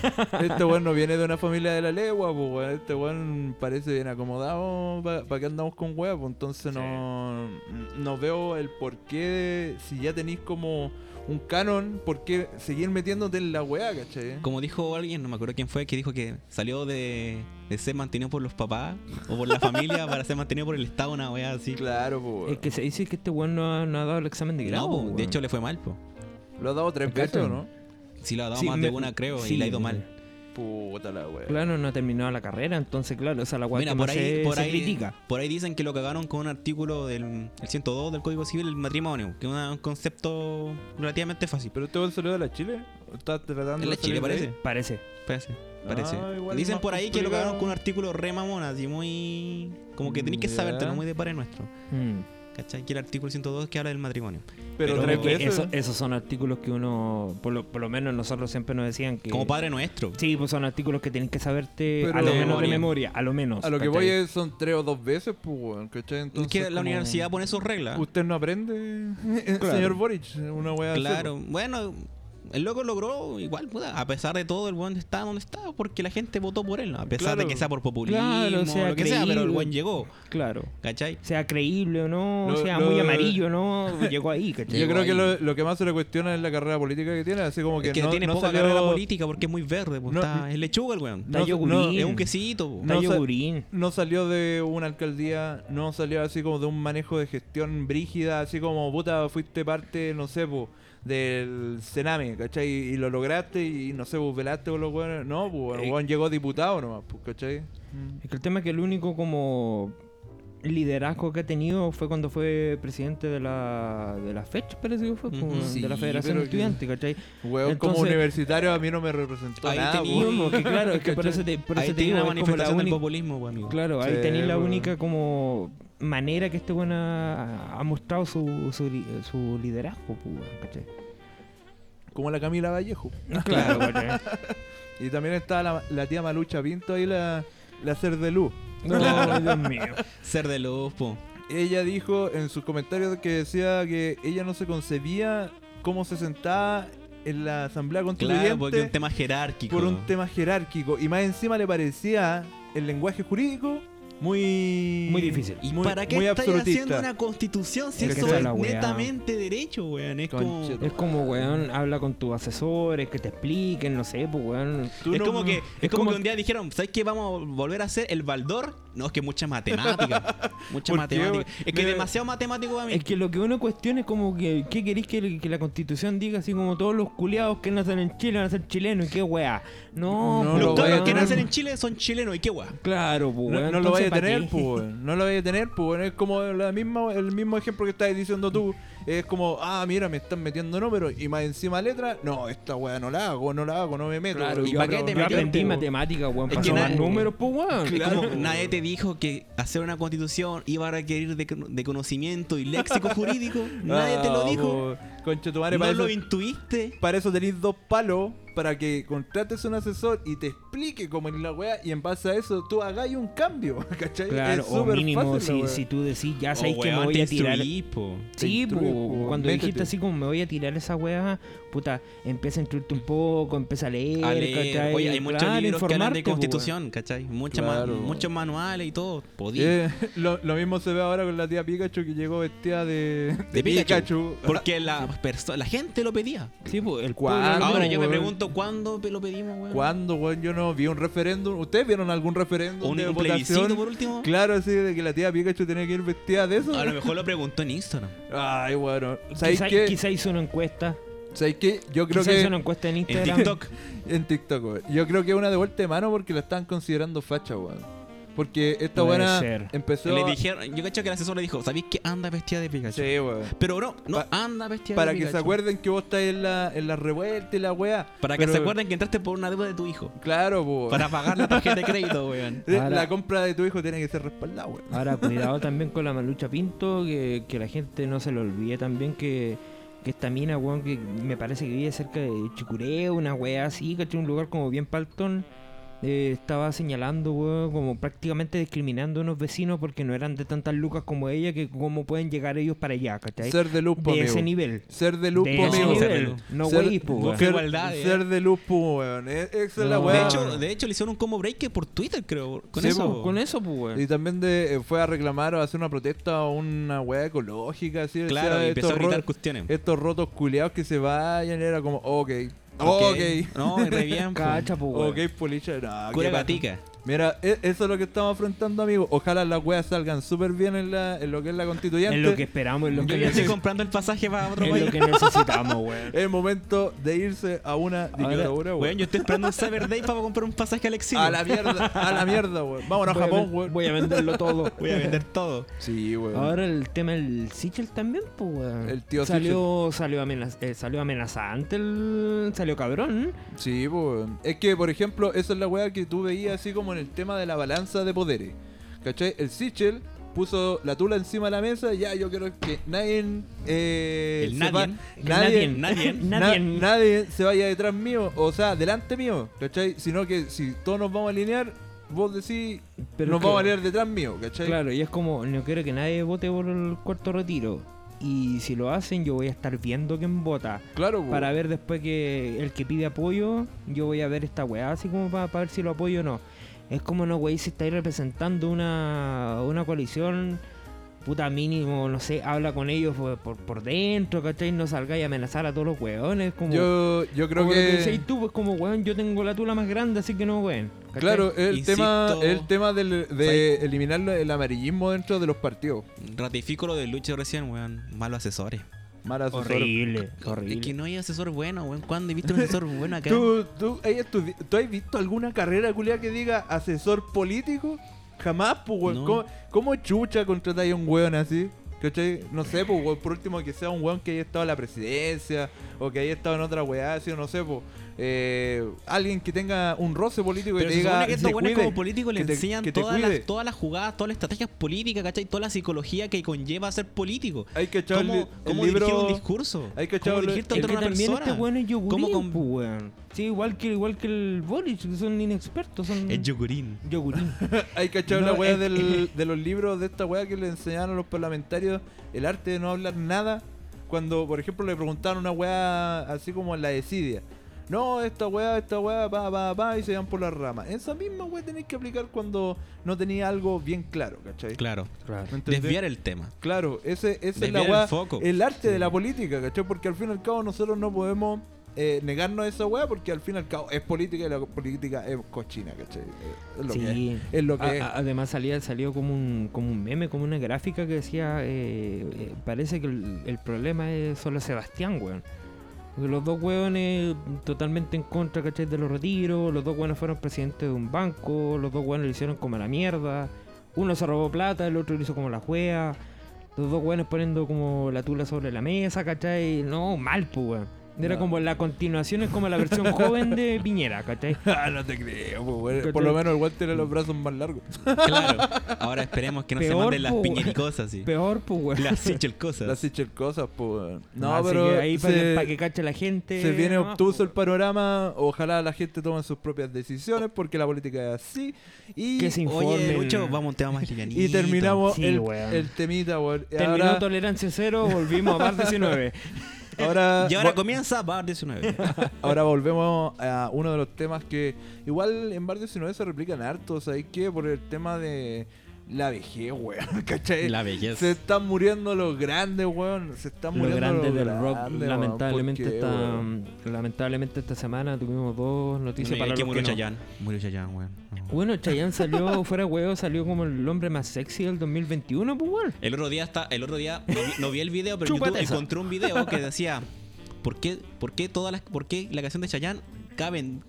este weón no viene de una familia de la legua, pues weón. Este weón parece bien acomodado para que andamos con weá, pues entonces no, no veo el porqué de, si ya tenéis como un canon, por qué seguir metiéndote en la weá, ¿cachai? Como dijo alguien, no me acuerdo quién fue, que dijo que salió de, de ser mantenido por los papás o por la familia para ser mantenido por el Estado, una weá así. Claro, pues weón. es que se dice que este weón no ha, no ha dado el examen de grado. No, po, weón. de hecho le fue mal, po. Lo ha dado tres Cacha. veces, ¿o ¿no? Sí, lo ha dado Sí, más me- de una, creo, sí. y le ha ido mal. Puta la weá. Claro, no ha terminado la carrera, entonces, claro, esa es la weá Mira, que por más ahí, se- por, se ahí, critica. por ahí dicen que lo cagaron con un artículo del el 102 del Código Civil del matrimonio, que es una- un concepto relativamente fácil. Pero este weón salió de la Chile. ¿O Está tratando En la de salir Chile de parece. ahí? Parece. Parece. parece. Ah, igual Dicen más por ahí que lo complicado. cagaron con un artículo re mamón, así muy. Como que tenéis que Ya. Hmm. sabértelo, muy de pares nuestro. Mm. ¿Cachai? Que el artículo 102 que habla del matrimonio. Pero, Pero tres Porque veces. eso- esos son artículos que uno, por lo, por lo menos nosotros siempre nos decían que... Como padre nuestro. Sí, pues son artículos que tienes que saberte Pero- a lo De menos de memoria. memoria, a lo menos. a lo que ¿cachai? voy es, son tres o dos veces, pues, weón, ¿cachai? Es Entonces, que la como- universidad pone sus reglas. Usted no aprende, eh, señor Boric, una wea así, Claro, bueno, el loco logró igual, puta, a pesar de todo, el buen está donde está, porque la gente votó por él, ¿no? a pesar de Claro. que sea por populismo, Claro, o sea, lo que sea, pero el creíble. buen llegó, Claro. ¿cachai? Sea creíble o no, Lo- sea lo- muy amarillo o no, llegó ahí, ¿cachai? Yo creo que ahí. lo, lo que más se le cuestiona es la carrera política que tiene, así como que, Es que no, tiene no poca salió- carrera política porque es muy verde, pues, No, está- es lechuga el weón. Está no- yogurín. es un quesito, po. Está no sé- yogurín. no salió de una alcaldía, no salió así como de un manejo de gestión brígida, así como, puta, fuiste parte, no sé, po, del Sename, ¿cachai? Y lo lograste y, no sé, pues, velaste por los weones. No, pues, el Eh. weón llegó diputado nomás, pues, ¿cachai? Mm. Es que el tema es que el único como liderazgo que ha tenido fue cuando fue presidente de la, de la FECH, parece que fue, Ujú. pues, de la Sí, Federación pero Estudiante, ¿cachai? Weón, como Entonces- universitario a mí no me representó Ahí nada, tenía- po. No, porque claro, es que por eso te, por eso Ahí te tiene digo, una es como la manifestación del única- populismo, pues, amigo. Claro, ahí Sí, tenéis la bueno. única como manera que este weón ha, ha mostrado su, su, li- su liderazgo, pues, weón, ¿cachai? Como la Camila Vallejo. Ah. Claro, ¿cachai? Y también está la, la tía Malucha Pinto ahí, la, la ser de luz. No, Dios mío. Ser de luz, po. Ella dijo en sus comentarios que decía que ella no se concebía cómo se sentaba en la asamblea constituyente Claro, porque es un tema jerárquico. por un tema jerárquico. Y más encima le parecía el lenguaje jurídico muy... Muy difícil. ¿Y muy- para qué muy estáis absolutista. haciendo una constitución si Es que eso esa es es la weá. netamente derecho, weón? Es como... Conchetum- Es como, weón, habla con tus asesores, que te expliquen, no sé, pues, weón. Tú es no- como que es, es como, como- que un día dijeron, ¿sabes qué? Vamos a volver a hacer el Baldor. No, es que mucha matemática. mucha ¿Por qué, matemática. weón? Es que Mira- demasiado matemático para mí. Es que lo que uno cuestiona es como que, ¿qué queréis que, que la constitución diga? Así como todos los culiados que nacen en Chile van a ser chilenos y qué weá. No, No, pues, lo Los cabros weón. que nacen en Chile son chilenos y qué guay. Claro, pues, No, weón, no lo vaya a entonces, ¿pa' tener, qué? pues, weón. no lo vaya a tener, pues, weón. es como la misma, el mismo ejemplo que estás diciendo tú, es como, ah, mira, me están metiendo números, y más encima letra, no, esta weá no la hago, no la hago, no me meto. Claro, weón. ¿y yo, pa' qué te yo aprendí metiste, po? matemáticas, weón, Es para que sumar nadie- números, pues, weón. Es Claro. como nadie te dijo que hacer una constitución iba a requerir de, de conocimiento y léxico jurídico. Nadie te lo Ah, dijo. po, Concha tu madre, no para, lo eso, intuiste. para eso tenéis dos palos para que contrates un asesor y te explique cómo es la weá y en base a eso tú hagáis un cambio, ¿cachai? Claro, es o súper mínimo, fácil la si, weá. si tú decís, Ah, ya sabéis Oh, que me weón, voy te a tirar. instruí, po. Sí, Te instruí, po, po, cuando métete. dijiste así como me voy a tirar esa weá, puta, empieza a instruirte un poco, empieza a leer, A leer. ¿cachai? Oye, hay muchos Claro, libros que hablan informarte, de po, weón. constitución, ¿cachai? Mucha ma- Claro. muchos manuales y todo. Podí. Eh, lo, lo mismo se ve ahora con la tía Pikachu que llegó vestida de, de Pikachu. Porque la, perso- la gente lo pedía. Sí, pues, el ¿Cuándo? pueblo- Ahora no, yo me weón. pregunto cuándo pe- lo pedimos, weón. ¿Cuándo, weón? Yo no vi un referéndum. ¿Ustedes vieron algún referéndum ¿Un, de un votación? plebiscito por último? Claro, así de que la tía Pikachu tenía que ir vestida de eso. A lo mejor lo preguntó en Instagram. Ay, bueno. ¿Sabéis Quizá, qué? quizá hizo una encuesta. ¿Sabéis qué? Yo creo quizá que hizo una encuesta en En Instagram. TikTok. en TikTok, weón. Yo creo que es una de vuelta de mano porque la están considerando facha, weón. Porque esta Puede buena ser. empezó Le a- dijeron, yo cacho que el asesor le dijo, ¿sabéis que anda vestida de Pikachu? Sí, weón. Pero bro, no, Pa- anda vestida Para de que Pikachu. se acuerden que vos estás en la, en la revuelta y la weá. Para que Pero- se acuerden que entraste por una deuda de tu hijo. Claro, weón. Para pagar la tarjeta de crédito, weón. Eh, Ahora- La compra de tu hijo tiene que ser respaldada, weón. Ahora, cuidado también con la Malucha Pinto, que, que la gente no se le olvide también que, que esta mina, weón, que me parece que vive cerca de Chicureo, una weá así, ¿cachai? Un lugar como bien paltón. eh, estaba señalando, weón, como prácticamente discriminando a unos vecinos porque no eran de tantas lucas como ella, que cómo pueden llegar ellos para allá, ¿cachai? Ser de luz, po, de ese amigo. nivel. Ser de luz, de po, ese amigo. Ser de nivel. luz. No Ser- weis, po, weón. Busca igualdad, eh. ser de luz, po, weón. E- Esa es la No. weá. De hecho, de hecho, le hicieron un combo breaker por Twitter, creo. Con Sí, eso. pues, po, con eso, po, weón. Y también de, eh, fue a reclamar o a hacer una protesta a una weá ecológica, así. decía, Claro, y empezó a estos, gritar ro- cuestiones. estos rotos culeados que se vayan, era como, ok, ok, No, re bien, po. Cacha, po, weón. ok, policha. No, Cura qué paja. gatica. Mira, e- eso es lo que estamos afrontando, amigos. Ojalá las weas salgan súper bien en, la, en lo que es la constituyente. Es lo que esperamos, es lo Yo que, ya estoy neces- comprando el pasaje para otro es lo país. que necesitamos, weón. Es momento de irse a una dictadura, weón. Weón, yo estoy esperando un Cyber Day para comprar un pasaje al exilio. A la mierda, a la mierda, weón. Vámonos a Voy a Japón, ven- weón. Voy a venderlo todo. Voy a vender todo. Sí, weón. Ahora el tema del Sichel también, pues, weón. El tío salió, salió, amenaz- eh, salió amenazante, el... salió cabrón. Sí, pues. Es que, por ejemplo, esa es la weá que tú veías así como en el tema de la balanza de poderes. ¿Cachai? El Sichel puso la tula encima de la mesa, ya yo creo que nadie... eh, El se nadie. va- El nadie, nadie, nadie. na- Nadie. nadie se vaya detrás mío, o sea, delante mío, ¿cachai? Sino que si todos nos vamos a alinear, vos decís, Pero nos que- vamos a alinear detrás mío, ¿cachai? Claro, y es como, no quiero que nadie vote por el cuarto retiro. Y si lo hacen, yo voy a estar viendo quién vota. Claro, po. Para ver después que el que pide apoyo, yo voy a ver esta weá, así como para, ver si lo apoyo o no. Es como no, wey, si estáis representando una, una coalición, puta mínimo, no sé, habla con ellos por, por, por dentro, ¿cachai? No salgáis a amenazar a todos los weones. Como, Yo, yo creo como lo que... decís tú, pues como weón, yo tengo la tula más grande, así que no weón. ¿cachai? Claro, el Insisto. tema, el tema del- de eliminar el amarillismo dentro de los partidos. Ratifico lo de Lucho recién, weón. Malos asesores. Mal asesor. Horrible, Es que horrible. no hay asesor bueno, weón. ¿Cuándo he visto un asesor bueno acá? ¿Tú, tú, has estudi- tú has visto alguna carrera culia que diga asesor político? Jamás, pues, weón. No. ¿Cómo, cómo chucha contratáis a un weón así? ¿Cachai? No sé, pues, weón, por último, que sea un weón que haya estado en la presidencia o que haya estado en otra weá, así, no sé, pues. Eh, alguien que tenga un roce político y Pero te se diga. supone que estos "Te buenos cuide, como políticos le que te- enseñan que te todas, las, cuide". todas las jugadas, todas las estrategias políticas, ¿cachai? Toda la psicología que conlleva ser político. Hay que echar el, ¿Cómo, li- el cómo libro. dirigir un discurso? hay que ¿Cómo echarle- dirigirte Es ante que una también persona? este weón es yogurín, ¿Cómo con- pues, weón. Sí, igual que, igual que el Boric, que son inexpertos, son Es yogurín. yogurín. Hay que echar No, la weá es- del- de los libros de esta weá que le enseñaron a los parlamentarios el arte de no hablar nada. Cuando, por ejemplo, le preguntaron una weá así como en la decidia. No, esta weá, esta weá, pa, pa, pa, y se van por las ramas. Esa misma weá tenéis que aplicar cuando no tenía algo bien claro, ¿cachai? Claro. Claro. ¿Me entendés? Desviar el tema. Claro, ese, ese es la Desviar el weá, foco. el arte de la política, ¿cachai? Porque al fin y al cabo nosotros no podemos eh, negarnos a esa weá porque al fin y al cabo es política y la política es cochina, ¿cachai? Es lo que Sí. Ah, es. es lo que A- es. a- además salía, salió como un, como un meme, como una gráfica que decía, eh, eh, parece que el, el problema es solo Sebastián, weón. Porque los dos weones totalmente en contra, ¿cachai? De los retiros, los dos weones fueron presidentes de un banco, los dos weones lo hicieron como a la mierda, uno se robó plata, el otro lo hizo como la juega, los dos weones poniendo como la tula sobre la mesa, ¿cachai? No, mal, pues, weón. Era No. como la continuación, es como la versión joven de Piñera, ¿cachai? Ah, no te creo, po, weón. Por lo menos el weón tiene los brazos más largos. Claro. Ahora esperemos que no se Peor, manden las po. piñericosas, sí. Peor, pues, weón. Las sichelcosas. Las Sichel cosas, po, weón. No, Así pero. que ahí se, para, que, pa' que cache la gente. se viene nomás, obtuso el pues. panorama. Ojalá la gente tome sus propias decisiones porque la política es así. Y, Que se Oye, informen. Lucho, vamos a un tema más livianito. y terminamos Sí, el, weón. el temita, weón. Y Terminó Ahora, tolerancia cero, volvimos a bar 19. ahora, Y ahora vo- comienza Bar 19. ahora volvemos a uno de los temas que igual en Bar 19 se replican hartos. ¿Sabes qué? Por el tema de la vejez, weón. ¿Cachai? La belleza. Eh, Se están muriendo los grandes, weón. Se están Lo muriendo grande los del grandes, rock. weón. lamentablemente, mm, ¿Por qué, esta, weón? lamentablemente esta semana tuvimos dos noticias Eh, para que los murió que no. Chayanne. Murió Chayanne, weón. No. Bueno, Chayanne salió, fuera huevo, salió como el hombre más sexy del 2021, pues, weón. El otro día está, el otro día no vi, no vi el video, pero en Chúpate YouTube esa. encontré un video que decía ¿Por qué, por qué todas las por qué la canción de Chayanne caben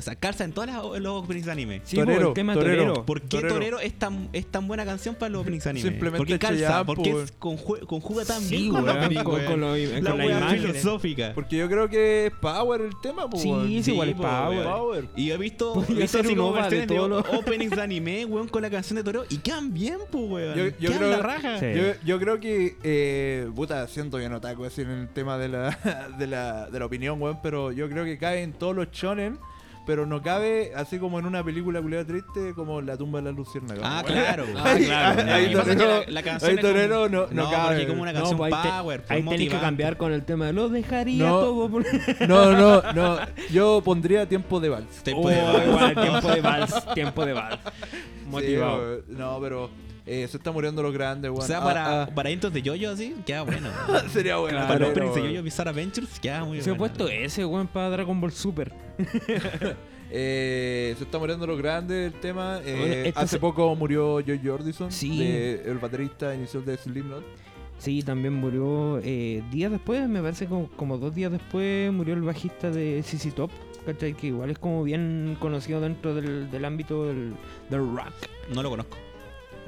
sacarse en todas las en los openings de anime? Sí, pues, Torero, el tema torero. torero. ¿Por qué Torero. Torero, es, tan, es tan buena canción para los openings de anime? Simplemente ¿Por qué Chayanne, calza? ¿Por qué po, es- conju- conjuga tan Sí, bien con los weón, openings, con- weón? con lo- La con la weá imagen. filosófica. Porque yo creo que es Power el tema, pues. Sí, es igual, es po, weón. power. Y he visto, Podría he visto ser así un como oval de versiones todos de los- openings de anime, weón, con la canción de Torero. Y quedan bien, pues, weón. Yo- yo Quedan creo- la raja. Sí. Yo, yo creo que, eh, puta, siento que no taco así en el tema de la, de la, de la opinión, weón, pero yo creo que cae en todos los shonen, pero no cabe así como en una película culiada triste como La tumba de las luciérnagas. Ah, weón. claro. Ahí- ahí- ahí Lo que pasa es que Torero- la- la canción ahí es como- Torero no- no porque cabe. es como una No, canción pues, ahí te- power. pues, ahí tenés que motivante. cambiar con el tema de lo dejaría No. todo pues. por. No, no, no. Yo pondría tiempo de vals. Te Oh, puede- igual, tiempo de vals, tiempo de vals. Motivado. Sí, weón. no, pero eh, se está muriendo los grandes, weón. O sea, Ah, para, ah. para intros de yoyo así, queda bueno. Sería bueno. Claro. para los Torero, openings de weón. yoyo Bizarre Adventures, queda muy Se ha bueno. puesto ese, weón, para Dragon Ball Super. Eh, se está muriendo los grandes el tema. Eh, Bueno, esto hace se- poco murió Joe Jordison, Sí. de- el baterista inicial de Slipknot. Sí, también murió eh, días después, me parece como, como dos días después, murió el bajista de CC Top, ¿cachai? Que igual es como bien conocido dentro del, del ámbito del, del rock. No lo conozco.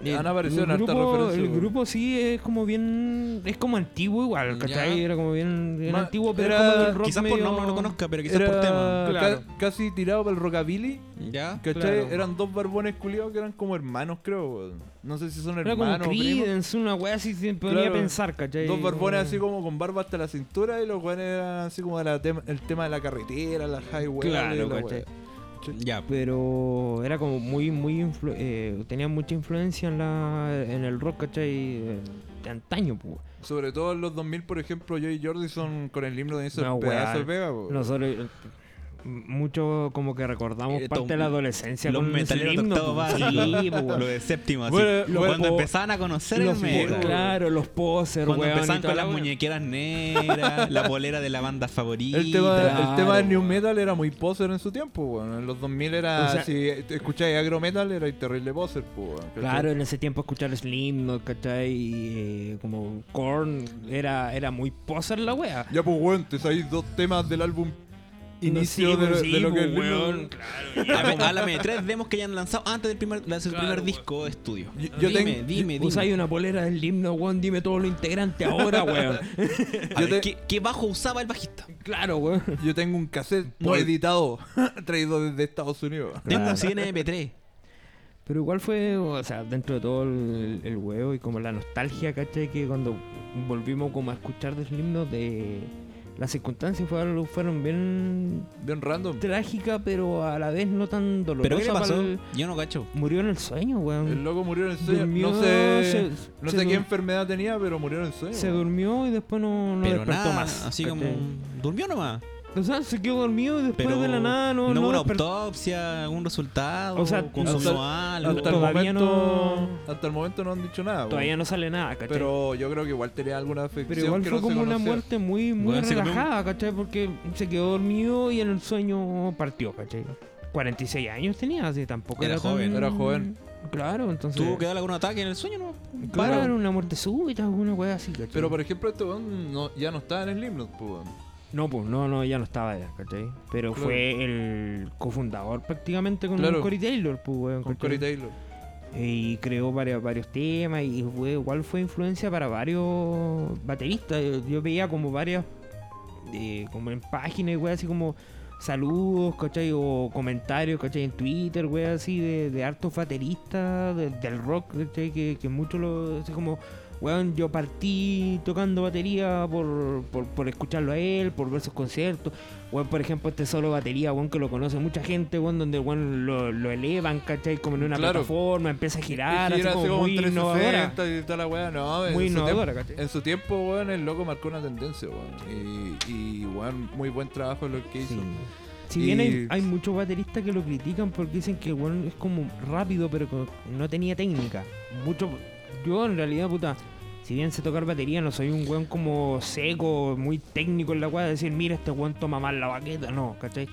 El- Han aparecido el en hartas grupo- referencias, El weón. grupo sí es como bien. Es como antiguo igual, ¿cachai? Ya. Era como bien, bien Ma- antiguo, pero era- era como el rock Quizás por medio- nombre no lo conozca, pero quizás Era por tema. Claro. ca- casi tirado para el rockabilly. ¿Ya? ¿Cachai? Claro. Eran dos barbones culiados que eran como hermanos, creo. weón. No sé si son Era como hermanos. o primos. Creedence, una wea así se podría Claro. pensar, ¿cachai? Dos barbones Como- así como con barba hasta la cintura y los weones eran así como de la tem- el tema de la carretera, la highway. Claro, la wea. ¿cachai? Ya. Pero era como muy, muy. influ- eh, tenía mucha influencia en, la, en el rock, ¿cachai? Eh, De antaño, pues. Sobre todo en los 2000, por ejemplo, yo y Jordi son con el himno de esos Una wea. pedazos de pega. po. Nosotros. eh, Mucho como que recordamos Eh, parte de tom- la adolescencia. Los con ese metaleros de himno, octavo pues. básico. Sí, pues, Lo weón. de séptima. así. Bueno, bueno, Cuando po- empezaban a conocer el Los metal. po- claro, los posers, Cuando weón, y empezaban toda con la las weá. muñequeras negras, la polera de la banda favorita. El tema, claro. el tema del new metal era muy poser en su tiempo, weón. En los 2000 era, O sea- si escucháis agro metal, era el terrible poser, po, weón. ¿cachai? Claro, en ese tiempo escuchar Slim, ¿no? ¿cachai? Y, eh, como Korn era, era muy poser la wea. Ya, pues, weón, te salís dos temas del álbum inicio No, sí, de, sí, de lo que pues, es el himno. weón, claro. Háblame- Háblame de tres demos que hayan lanzado antes del primer, de su primer disco de estudio. Yo- yo dime, tengo- dime, dime. Usáis una polera del himno, weón, dime todo lo integrante ahora, weón. A Yo ver, te- ¿qué, qué bajo usaba el bajista? claro, weón. Yo tengo un cassette no Pues, Por- editado, traído desde Estados Unidos. Tengo así en MP3. Pero igual fue, o sea, dentro de todo el, el huevo y como la nostalgia, ¿cachai? Que cuando volvimos como a escuchar de Slim, ¿no? de... Las circunstancias fueron, fueron bien Bien random. trágicas, pero a la vez no tan ¿Pero dolorosas. qué le pasó? pa'l- Yo no cacho. Murió en el sueño, weón. El loco murió en el sueño. Durmió, no sé, se- no se sé qué dur- enfermedad tenía, pero murió en el sueño. Se durmió y después no, no pero despertó nada, más. así como... ¿cachai? Durmió nomás. O sea, se quedó dormido y después Pero de la nada no, hubo una despertó. autopsia, algún resultado. O sea, consumió algo. hasta, el Todavía momento, no- hasta el momento no han dicho nada. weón. Todavía no sale nada, ¿cachai? Pero yo creo que igual tenía alguna afección Pero igual que fue no se como una conocía. muerte muy, muy Weón, se comió un- relajada, ¿cachai? Porque se quedó dormido y en el sueño partió, ¿cachai? 46 años tenía, así tampoco Era era, tan- joven. Era joven. Claro, entonces. Tuvo que darle algún ataque en el sueño, ¿no? Claro, Para. era una muerte súbita, alguna weá así, ¿cachai? Pero por ejemplo, este weón no- ya no estaba en el Limnos, pues. weón. No, pues no, no, ya no estaba ya, ¿cachai? Pero Claro. fue el cofundador prácticamente con Claro. Cory Taylor, pues, weón. Con ¿cachai? Corey Taylor. y creó varios, varios temas y fue- igual fue influencia para varios bateristas. Yo, yo veía como varias, eh, como en páginas, y weas, así como saludos, ¿cachai? O comentarios, ¿cachai? En Twitter, wey, así de, de hartos bateristas de- del rock, ¿cachai? Que, que muchos lo, así como... Weón, yo partí tocando batería por, por, por escucharlo a él, por ver sus conciertos. Weón, por ejemplo, este solo batería, weón, que lo conoce mucha gente, weón, donde weón lo, lo elevan, ¿cachai? Como en una Claro. plataforma, empieza a girar, Y así era como, muy en innovadora. 360 y toda la weá, no, en Muy su innovadora, tiempo- ¿cachai? En su tiempo, weón, el loco marcó una tendencia, weón. Y, y weón, muy buen trabajo lo que hizo. Sí. Si bien hay, Y- hay muchos bateristas que lo critican porque dicen que weón es como rápido, pero co- no tenía técnica. Mucho, yo en realidad, puta, si bien sé tocar batería, no soy un weón como seco, muy técnico en la cual decir, mira, este weón toma mal la baqueta. No, ¿cachai?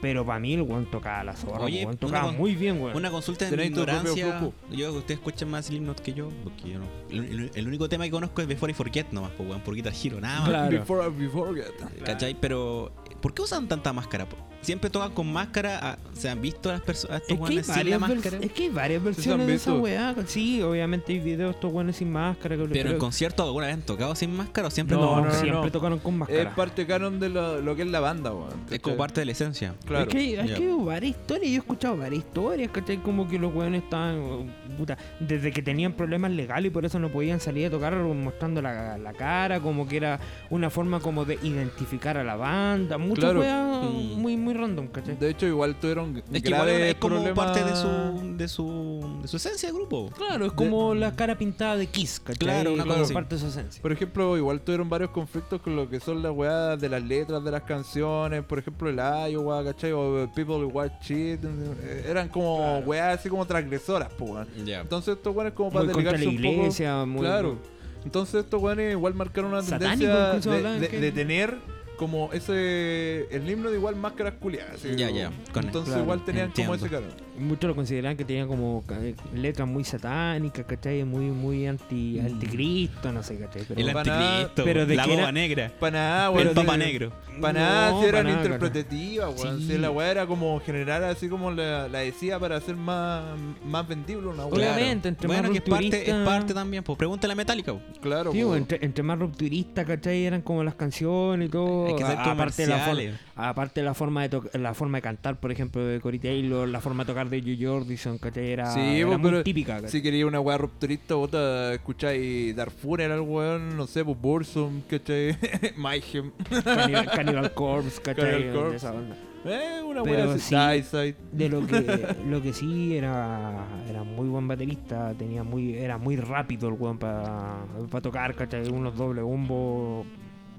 Pero para mí el weón tocaba la zorra, Oye, el weón una tocaba con- muy bien, weón. Una consulta de mi Tenéis tu propio ignorancia. Yo grupo. creo que ustedes escuchan más Slipknot que yo, porque yo no. El, el- el único tema que conozco es Before I Forget nomás, pues, weón, por Guitar Hero, nada más. Claro. Before I forget. ¿Cachai? Pero, ¿por qué usan tanta máscara? po? Siempre tocan con máscara, ah, se han visto a las personas, estos Es que, hay weones sin la varias máscara. vers- es que hay varias se han versiones de esa visto. weá. Sí, obviamente hay videos de estos weones sin máscara. que- Pero en concierto alguna vez han tocado sin máscara o siempre no, con no, máscara? siempre no. tocaron Eh, con Es máscara. parte canon de lo, lo que es la banda, weón. Es como ¿cachai? parte de la esencia. Claro. Es que, es Ya. que hubo varias historias, yo he escuchado varias historias, ¿cachai? Como que los weones estaban, oh, puta, desde que tenían problemas legales y por eso no podían salir a tocar mostrando la, la cara, como que era una forma como de identificar a la banda, muchas Claro. weas Mm. muy, muy random, ¿cachai? De hecho, igual tuvieron Es que igual graves es como problemas- parte de su, de su de su esencia de grupo. Claro, es como la cara pintada de Kiss, ¿cachai? Claro, una Como cosa así. parte de su esencia. Por ejemplo, igual tuvieron varios conflictos con lo que son las weas de las letras de las canciones. Por ejemplo, el Iowa, ¿cachai? O People Who Watch Shit. eh, Eran como weas así como transgresoras, pues, weón. Ya. Entonces, estos weones como para muy contra la desligarse un poco. iglesia, muy... Claro. Entonces estos weones igual marcaron una Satánico, tendencia incluso de, hablaban de- que- de tener como ese el himno de igual máscaras culiadas. así Ya, como. ya, con- Entonces claro, igual tenían como entiendo. ese canon. muchos lo consideraban que tenía como eh, letras muy satánicas, ¿cachai? Muy, muy anti, anticristo, no sé, ¿cachai? Pero- El Para anticristo, nada, pero de la que boba era- negra, Para nada, el weón. papa tiene- negro. Para nada, No, si pa' eran nada, carnal. interpretativas, weón. Sí. Si la weá era como general, así como la, la decía para hacer más, más vendible una weá. Claro. Obviamente, entre más bueno, que es parte, es rupturista- parte también, pues pregúntale a Metallica. po. Claro, Sí, po. bueno, entre, entre más rupturista, ¿cachai? Eran como las canciones y todo. Hay que hacer A- aparte, de la for- comerciales. aparte de la forma de toc- la forma de cantar, por ejemplo, de Cory Taylor, la forma de tocar de Joe Jordison, ¿cachai? Era, Sí, era po, muy pero típica, ¿cachai? Si quería una weá rupturista, vota, escucháis Darfur era el weón, no sé, pues Bursum, ¿cachai? Mayhem. Cannibal, Cannibal Corpse, ¿cachai? Cannibal Corpse. De esa banda. Eh, una Pero weá sí. así. Dyside. De lo que, lo que sí era, era muy buen baterista, tenía muy, era muy rápido el weón para tocar, ¿cachai? Unos doble bombos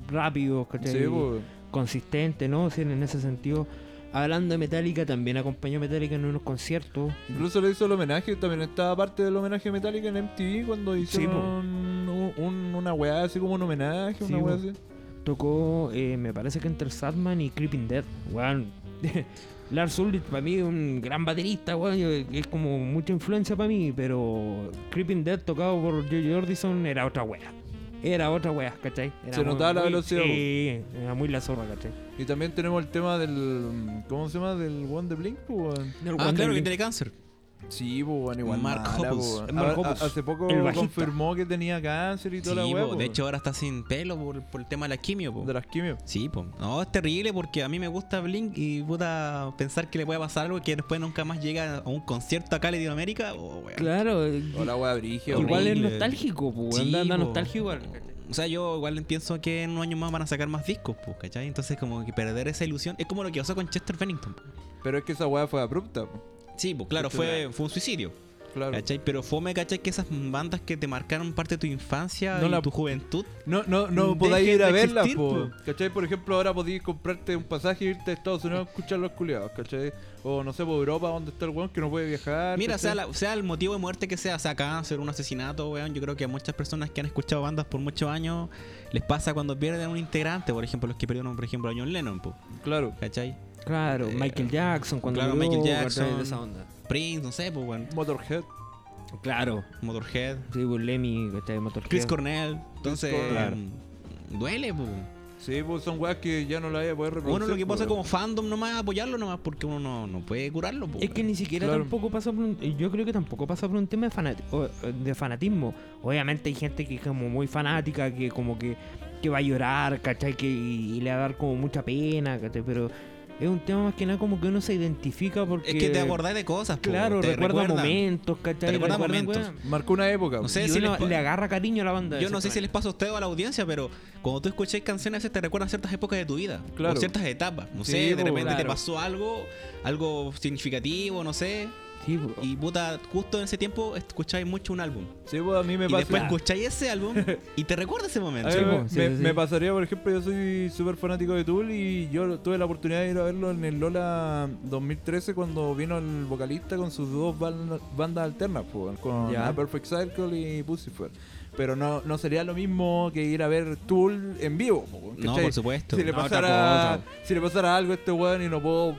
rápidos, ¿cachai? Sí, pues. consistente, ¿no? Sí, en ese sentido. Hablando de Metallica, también acompañó a Metallica en unos conciertos. Incluso le hizo el homenaje, también estaba parte del homenaje a Metallica en MTV cuando hicieron po. un- un- una weá así como un homenaje, Sí, una weá po. así. Tocó, eh, me parece que entre Sadman y Creeping Dead. Weón. Lars Ulrich para mí es un gran baterista, weón. Yo- Es como mucha influencia para mí, pero Creeping Dead tocado por Joe Jordison era otra wea. Era otra wea, ¿cachai? Era Se notaba la velocidad, Sí, era muy la zorra, ¿cachai? Ah, Y también tenemos el tema del. ¿Cómo se llama? Del One the Blink, po, weón. Ah, claro que tiene cáncer. Sí, po, weón, igual. Mark mala, po, Hoppus. weón. Mark A- a- Hoppus, Hace poco el bajista. confirmó que tenía cáncer y Sí, toda la weá. po, po, de hecho ahora está sin pelo por, por el tema de la quimio. po. de las quimios. Sí, po. No, es terrible porque a mí me gusta Blink y puta pensar que le puede pasar algo que después nunca más llega a un concierto acá en Latinoamérica. Oh, weón. Claro, eh, O la weá brígida. Qué igual es horrible. nostálgico, pues. Sí, anda, anda po. nostálgico igual, ¿cachai? O sea, yo igual pienso que en unos años más van a sacar más discos, pues, ¿cachai? Entonces, como que perder esa ilusión es como lo que pasó con Chester Bennington. po. Pero es que esa weá fue abrupta, po. Sí, pues claro, fue, fue un suicidio, Claro. ¿cachai? Pero fome, ¿cachai? Que esas bandas que te marcaron parte de tu infancia No y la- tu juventud. No, no, no Dejen podáis ir a de verlas, existir, po. po. ¿Cachai? Por ejemplo, ahora podéis comprarte un pasaje e irte a Estados Unidos a escuchar los culiados, ¿cachai? O no sé, por Europa, donde está el weón que no puede viajar. Mira, ¿cachai? sea, la- sea el motivo de muerte que sea, sea cáncer, un asesinato, weón. Yo creo que a muchas personas que han escuchado bandas por muchos años les pasa cuando pierden un integrante, por ejemplo, los que perdieron, por ejemplo, a John Lennon, po, Claro. ¿cachai? Claro, Eh, Michael Jackson cuando claro, murió, Michael ¿cachai? Jackson. de esa onda. Prince, no sé, po, weón. Motorhead. Claro. Motorhead, Sí, pues Lemmy, ¿cachai? Motorhead. Chris Cornell. Entonces, Cornell. mm, duele, po. Sí, pues son weas que ya no la voy a poder reproducir. Uno lo que po, pasa weón. como fandom nomás es apoyarlo nomás porque uno no, no puede curarlo, po, Es que weón. ni siquiera Claro. tampoco pasa por un, yo creo que tampoco pasa por un tema de, fanati- o, eh, de fanatismo. Obviamente hay gente que es como muy fanática, que como que, que va a llorar, ¿cachai? Que, y, y le va a dar como mucha pena, ¿cachai? Pero es un tema más que nada como que uno se identifica porque... Es que te acordás de cosas, po, Claro, te recuerda recuerdan. momentos, ¿cachai? Te recuerda momentos. weón. Marcó una época. po. No sé Y si uno les pa- le agarra cariño a la banda. de Yo esa no sé si manera. les pasa a ustedes o a la audiencia, pero cuando tú escucháis canciones a veces te recuerdan ciertas épocas de tu vida, Claro. o ciertas etapas. No Sí, sé, de po, repente te claro. pasó algo, algo significativo, no sé. Sí, pues. Y puta, justo en ese tiempo escucháis mucho un álbum. Sí, pues a mí me Y pasa. después pues, escucháis ese álbum y te recuerda ese A momento. mí Sí, me, po, sí, me- sí, sí. me pasaría, por ejemplo, yo soy súper fanático de Tool y yo tuve la oportunidad de ir a verlo en el Lola 2013 cuando vino el vocalista con sus dos ban- bandas alternas, po, con Ya. A Perfect Circle y Pussifer. Pero no, no sería lo mismo que ir a ver Tool en vivo. po, No, ¿cachai? por supuesto. Si le, No, otra pasara, cosa. si le pasara algo a este weón y no puedo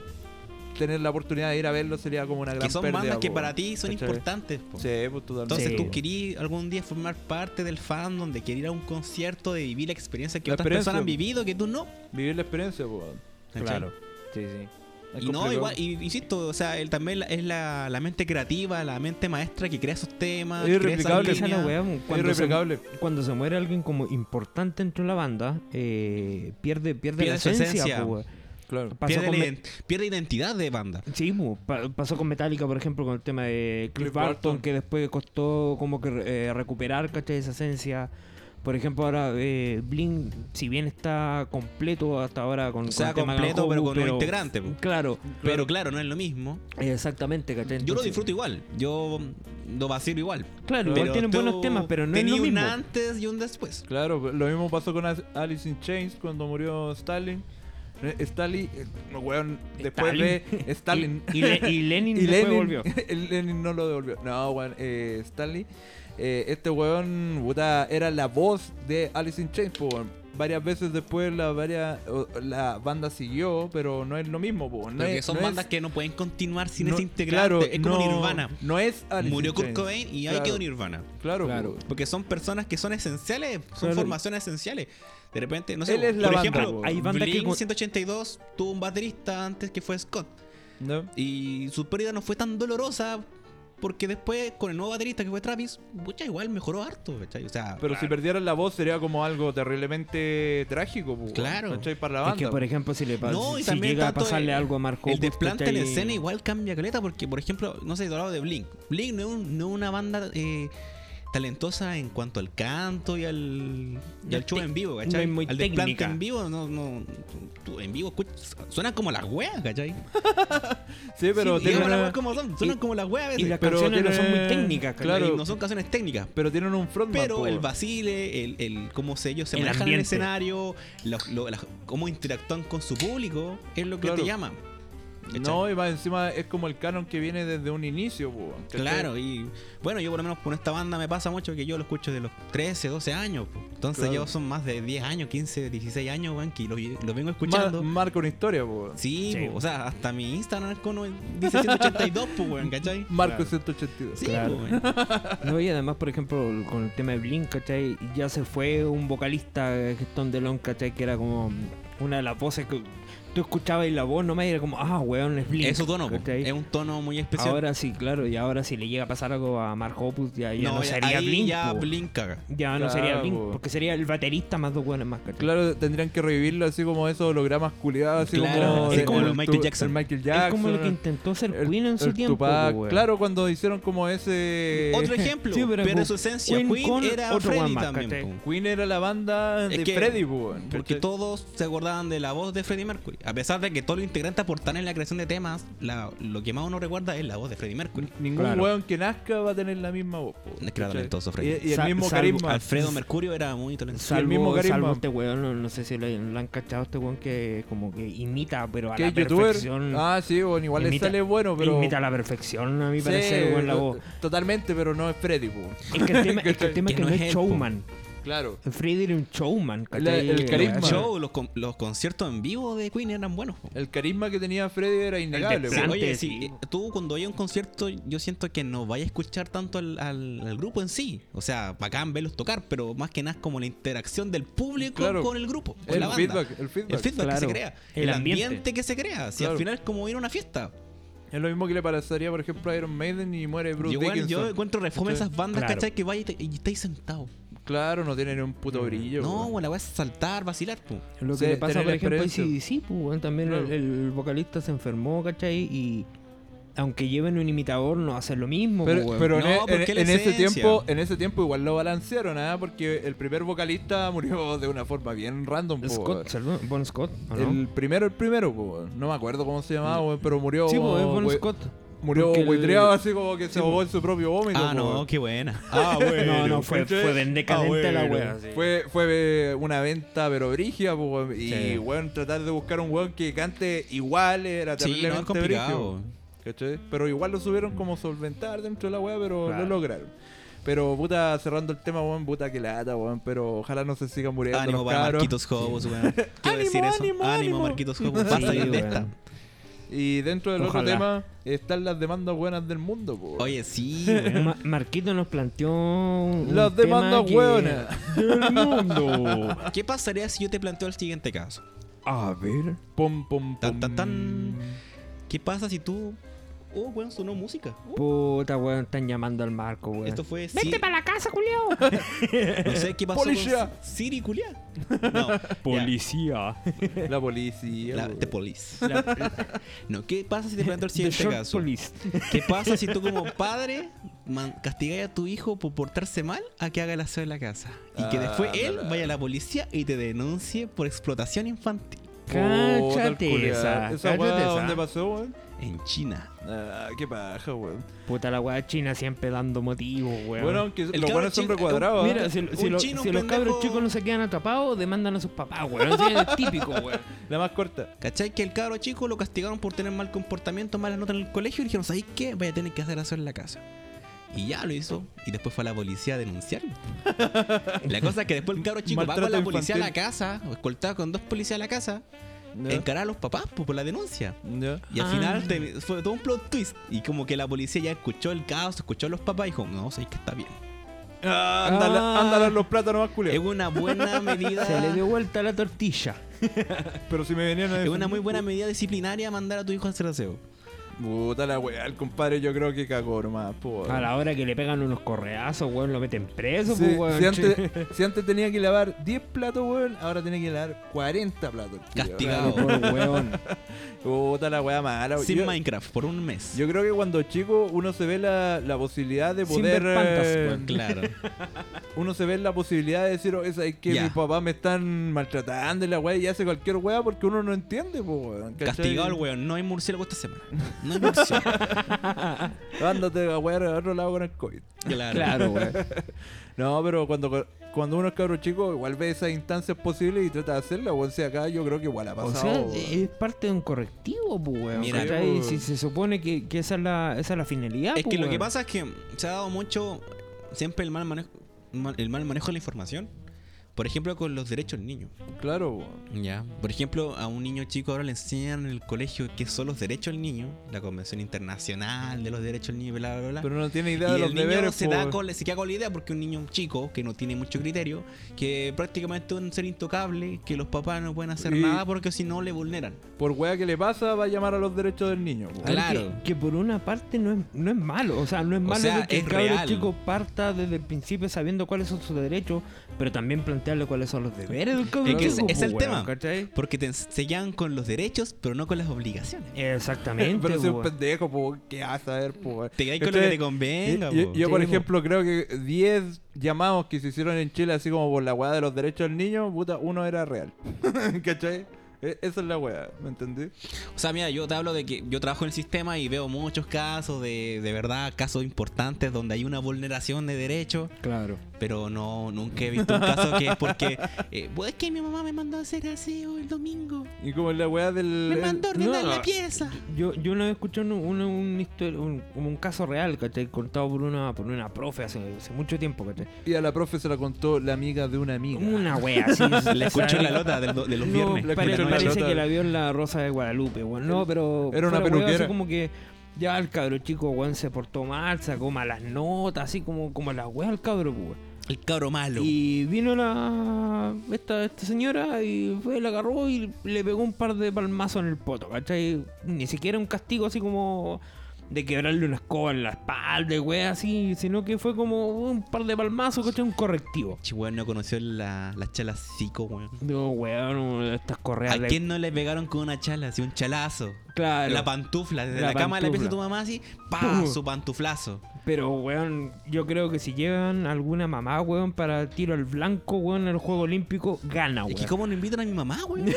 tener la oportunidad de ir a verlo, sería como una gran Que son pérdida, bandas que po, para ti son ¿cachai? importantes. po. Sí, pues totalmente. Entonces Sí, tú po. querías algún día formar parte del fandom, de querer ir a un concierto, de vivir la experiencia que La otras experiencia, personas han po. vivido que tú no. Vivir la experiencia, po. ¿cachai? Sí, sí. Es Y no, complicado. igual, y- insisto, o sea, él también la- es la, la mente creativa, la mente maestra que crea esos temas. crea Es esas irreplicable. Esa es la líneas. weá, Es cuando se, irreplicable. cuando se muere alguien como importante dentro de la banda, eh, pierde, pierde, Pierde la su esencia. esencia. po, weón. Claro. pasó pierde, con la Me- ident- pierde identidad de banda. Sí, po, pa- pasó con Metallica, por ejemplo, con el tema de Cliff, Cliff Barton, Burton. que después costó como que eh, recuperar, ¿cachai? Esa esencia. Por ejemplo, ahora eh, Blink, si bien está completo hasta ahora con, O sea, el tema de completo, Gone pero Home, con un integrante, po. Claro, Pero claro, no es lo mismo. exactamente, Yo ¿cachai? lo Entonces- disfruto igual, yo mm, lo vacilo igual. Claro, igual tienen tú buenos temas, pero no es tenía lo mismo. un antes y un después. Claro, lo mismo pasó con As- Alice in Chains cuando murió Stalin. Eh, Stalin, eh, no, weón, después de Stalin. Y, y Le- y Lenin Y después Lenin, volvió. el Lenin no lo devolvió. No, weón, eh, Stanley. eh, este weón puta, era la voz de Alice in Chains, po, weón. varias veces después la, varias, o- la banda siguió, pero no es lo mismo. po. No Porque es- son no bandas es- que no pueden continuar sin no- ese integrante. claro, es como no- Nirvana. No es Alice Murió in Kurt Chains. Cobain y ahí Claro, quedó Nirvana. Claro, Claro. po. Porque son personas que son esenciales, son Claro. formaciones esenciales. De repente, no sé, Él es la por banda, ejemplo, po. Hay bandas que Blink con- 182 tuvo un baterista antes que fue Scott. ¿No? Y su pérdida no fue tan dolorosa porque después con el nuevo baterista que fue Travis, pucha, igual mejoró harto, ¿cachai? O sea, Pero si perdieran la voz sería como algo terriblemente trágico, po, Claro. ¿cachai? Para la Es banda. que, por ejemplo, si le pa- No, y si también llega a tanto pasarle el- algo a Marco el Opus, desplante en ¿cachai? la escena igual cambia caleta porque, por ejemplo, no sé, dorado de Blink. Blink no es, un- no es una banda eh, talentosa en cuanto al canto y al, y No al es show tec- en vivo, no ¿cachai? es muy al desplante técnica. en vivo, no, no, tú- en vivo escuchas- suena como las weas, ¿cachai? Sí, pero Sí, digamos tiene la una- wea como son, suenan y- como las weas a veces. Y las pero canciones no son muy tiene- técnicas, ¿cachai? claro. Y no son canciones técnicas. Pero tienen un frontman. pues, Pero po. el vacile, el, el cómo se- ellos se El manejan en el ambiente. escenario, lo- lo- la- cómo interactúan con su público, es lo que Claro. te llama. No, y más encima es como el canon que viene desde un inicio, po, ¿cachai? Claro, y bueno, yo por lo menos con esta banda me pasa mucho que yo lo escucho de los 13, 12 años. po. Entonces Claro. ya son más de 10 años, 15, 16 años, weón, que lo, lo vengo Ma- escuchando. marca una historia, pues, po. sí, Sí. po, o sea, hasta mi Instagram es con, dice 182, pues, weón, ¿cachai? Marco 182. Sí, Claro. po, weón. No, y además, por ejemplo, el- con el tema de Blink, ¿cachai? Ya se fue un vocalista, eh, que es Tom DeLonge, ¿cachai? Que era como una de las voces que tú escuchabas y la voz nomás y era como, ah, weón, es Blink. Es su tono, po. ¿cachai? es un tono muy especial. Ahora sí, claro, y ahora si le llega a pasar algo a Mark Hoppus, ya, ya no, ya- sería ahí Blink. Ya po. Blink caga. Ya no Claro, sería Blink, po. porque sería el baterista más dos weones más, ¿cachai? Claro, tendrían que revivirlo así como esos hologramas culiados, así Claro, como, así como el los Michael Tu- Jackson. el Michael es como lo que Jackson. intentó hacer el- Queen en su el tiempo. Tupac. po, weón. Claro, cuando hicieron como ese. Otro ejemplo, Eh, Sí, pero pero como su esencia. Queen Queen, con era otro Freddy one más, también, ¿cachai? po. Queen era la banda Es de que- Freddy, po, Porque ¿cachai? todos se acordaban de la voz de Freddie Mercury. A pesar de que todos los integrantes aportaron en la creación de temas, la- lo que más uno recuerda es la voz de Freddie Mercury. Ningún Claro. weón que nazca va a tener la misma voz, po, Es que era ¿cachai? talentoso, Y, Freddy. y el Sa- mismo salvo carisma. Alfredo Mercurio era muy talentoso. el Salvo, mismo carisma. salvo este weón, no, no sé si lo, lo han cachado este weón que como que imita, pero a Que la es youtuber. perfección. Ah, sí, bueno, igual le Imita- sale bueno, pero. Imita a la perfección, a mi Sí, parecer, weón, la voz. Totalmente, pero no es Freddy, po. Es que el tema es que, el tema es Que que no no es es él, po. showman. Claro. El Freddy era un showman. La- ¿cachai? el carisma. El Bueno. show, los, con- los conciertos en vivo de Queen eran buenos. po. El carisma que tenía Freddy era innegable, Sí, plan. po. oye, Antes, sí, sí. eh, tú cuando hay un concierto, yo siento que no vaya a escuchar tanto al, al- al grupo en sí. O sea, bacán verlos tocar, pero más que nada es como la interacción del público Claro. con el grupo, con El la banda. feedback, el feedback. El feedback que se Claro. crea. El, El ambiente. ambiente. que se crea. Si al Claro. final es como ir a una fiesta. Es lo mismo que le pasaría, por ejemplo, a Iron Maiden y muere Bruce Yo, bueno, yo Dickinson. encuentro reforma Sí. esas bandas, Claro. ¿cachai? Que vais y, te- y estáis sentados. Claro, no tiene ni un Mm. puto brillo. No, weón. bueno, la voy a saltar, vacilar. po. Lo Sí, que le pasa, tener por la ejemplo, a experiencia. sí, pues, weón, también el, Claro. el vocalista se enfermó, ¿cachai? Y aunque lleven un imitador, no hace lo mismo. Pero, po, weón. pero en, e, No, en- porque la en ese esencia. tiempo, en ese tiempo igual lo balancearon, ¿ah? Porque el primer vocalista murió de una forma bien random, po, Scott, weón. ¿salvo? Bon Scott, ¿o no? El primero, el primero, po, weón. no me acuerdo cómo se llamaba, weón, pero murió. sí, pues, es Bon oh, we- Scott. Murió Porque el- buitreado así como que se Sí, ahogó en su propio vómito. Ah, po, no, weón. qué buena. Ah, No, no, fue, ¿cachai? fue bien decadente Ah, la bueno. wea. sí. Fue, fue eh, una venta pero brígida, po, weón. y Sí. weón, tratar de buscar un weón que cante igual era Sí, no, es terriblemente brígido. complicado. ¿Cachai? Pero igual lo subieron como solventar dentro de la weá, pero Claro. lo lograron. Pero puta, cerrando el tema, weón, puta que lata, weón, pero ojalá no se sigan muriendo Ánimo los para cabros. Marquitos Hobos, weón. Quiero decir eso. ánimo, ánimo. Marquitos Hobos. Sí, Basta bien de weón. esta. Y dentro del otro Ojalá. tema están las demandas buenas del mundo, po. Oye, sí, weón. Ma- Marquito nos planteó un Las tema demandas que- hueonas. del mundo. ¿Qué pasaría si yo te planteo el siguiente caso? A ver. Pom, pom, pom. Tan, tan, tan. ¿Qué pasa si tú. Oh, weón, sonó música. Uh, Puta, weón, están llamando al Marco, weón. esto fue. Vete Siri- para la casa, Julio. No sé qué pasó Policía. con Siri Culia. No. ya. Policía. La policía. La, po. the police. No, ¿qué pasa si te planteo el The siguiente short caso? police. ¿Qué pasa si tú como padre man- castigas a tu hijo por portarse mal a que haga el aseo en la casa? Y que Ah, después él verdad. vaya a la policía y te denuncie por explotación infantil Puta, el Cáchate ah, culiao. esa, Esa cáchate weá, esa. ¿dónde pasó, weón? en China. Ah, qué paja, weón. Puta, la weá china siempre dando motivos, weón. Bueno, aunque los cabro buenos son chico- recuadrados. Mira, ¿eh? si, si un lo- chino, si un los cabros pendejo. chicos no se quedan atrapados, demandan a sus papás, weón. Así es típico, weón. La más corta. ¿Cachai? Que el cabro chico lo castigaron por tener mal comportamiento, malas notas en el colegio y dijeron, ¿sabéis qué? Vaya a tener que hacer aseo en la casa. Y ya lo hizo. Y después fue a la policía a denunciarlo. la cosa es que después el cabro chico va Maltrato con la policía a la infantil. casa, o escoltado con dos policías a la casa, Ya. encarar a los papás pues, por la denuncia. Ya. Y al Ah. final te- fue todo un plot twist. Y como que la policía ya escuchó el caos, escuchó a los papás y dijo, no, sé que está bien. Ah, ándale, Ah. ándale a los plátanos más Es culiados. una buena medida. Se le dio vuelta la tortilla. Pero si me venían a Es una defender, muy buena medida disciplinaria mandar a tu hijo a hacer aseo. Puta la weá, el compadre yo creo que cagó nomás, po. A la hora que le pegan unos correazos, weón, lo meten preso, Sí, pues, weón. si, antes, si antes tenía que lavar 10 platos, weón, ahora tiene que lavar 40 platos. tío. Ay, Castigado. pobre weón. Puta la weá mala, Sin yo, Minecraft, por un mes. yo creo que cuando chico uno se ve la, la posibilidad de Sin poder. ver pantas, eh, weón. Claro. uno se ve la posibilidad de decir, "Oh, es que Ya. mis papás me están maltratando y la weá y hace cualquier weá porque uno no entiende, po, weón. ¿cachai? Castigado el weón. No hay murciélago esta semana. No hay murciélago. Ándate a wear a otro lado con el COVID. Claro. Claro, weón. No, pero cuando, cuando uno es cabro chico, igual ve esas instancias posibles y trata de hacerlas. O sea, acá yo creo que igual ha O pasado. sea, es parte de un correctivo, pues, weón. Mira, ¿cachai? weón. si se supone que, que esa, es la, esa es la finalidad, Es pues, que lo que weón. pasa es que se ha dado mucho siempre el mal manejo, mal- el mal manejo de la información. Por ejemplo, con los derechos del niño. claro, po. Ya. Por ejemplo, a un niño chico ahora le enseñan en el colegio qué son los derechos del niño, la Convención Internacional de los Derechos del Niño, bla, bla, bla. pero no tiene idea y de el los niño deberes. se, po. da con, se queda con la idea porque un niño chico que no tiene mucho criterio, que prácticamente es un ser intocable, que los papás no pueden hacer Y- nada porque si no le vulneran. Por weá que le pasa, va a llamar a los derechos del niño. po. A ver, Claro. Que, que por una parte no es, no es malo, o sea, no es O malo sea, de que es el cabro real. chico parta desde el principio sabiendo cuáles son sus derechos, pero también plantearle cuáles son los deberes del cabro Es que ese- chico, es pues, el weón, tema. ¿cachai? Porque te enseñan con los derechos, pero no con las obligaciones. Exactamente, pues, pero si es un weón. pendejo, po, ¿qué vas a saber, po? Te quedas con lo Este- que te convenga, Yo, po. yo, por Sí, po. ejemplo, creo que 10 llamados que se hicieron en Chile, así como por la weá de los derechos del niño, puta, uno era real. ¿Cachai? E- Esa es la weá, ¿me entendí? O sea, mira, yo te hablo de que yo trabajo en el sistema y veo muchos casos de, de verdad, casos importantes donde hay una vulneración de derechos, Claro. pero no, nunca he visto un caso que es porque, eh, "Pues es que mi mamá me mandó a hacer aseo el domingo, Y como la weá del. me el- mandó a ordenar no. ah, la pieza. Yo, yo una vez escuché un, un, un histori- un- como un caso real, ¿cachai? Contado por una, por una profe hace, hace mucho tiempo, ¿cachai? Y a la profe se la contó la amiga de una amiga. Una wea así. La escucho en la lota del do- de, los No, viernes. la pare- escucho en la parece lota. que la vio en la Rosa de Guadalupe, weón. No, pero. Era una fuera, weón, peluquera. así como que. Ya el cabro chico, weón, se portó mal, sacó malas notas, así como, como la wea al cabro, pues, weón. El cabro malo. Y vino la. Esta, esta señora y fue, la agarró y le pegó un par de palmazos en el poto, ¿cachai? Ni siquiera un castigo así como. De quebrarle una escoba en la espalda, weón, así, sino que fue como un par de palmazos, ¿cachai? Un correctivo. Chi, weón, no conoció la, la chala psico, weón. No, weón, estas correas ¿A de- quién no le pegaron con una chala? Así un chalazo. Claro. La pantufla, desde la, La cama de la pieza de tu pantufla. mamá así, pa, Pum. su pantuflazo. Pero, weón, yo creo que si llevan alguna mamá, weón, para tiro al blanco, weón, en el Juego Olímpico, gana, Es que Oh, weón. cómo no invitan a mi mamá, weón.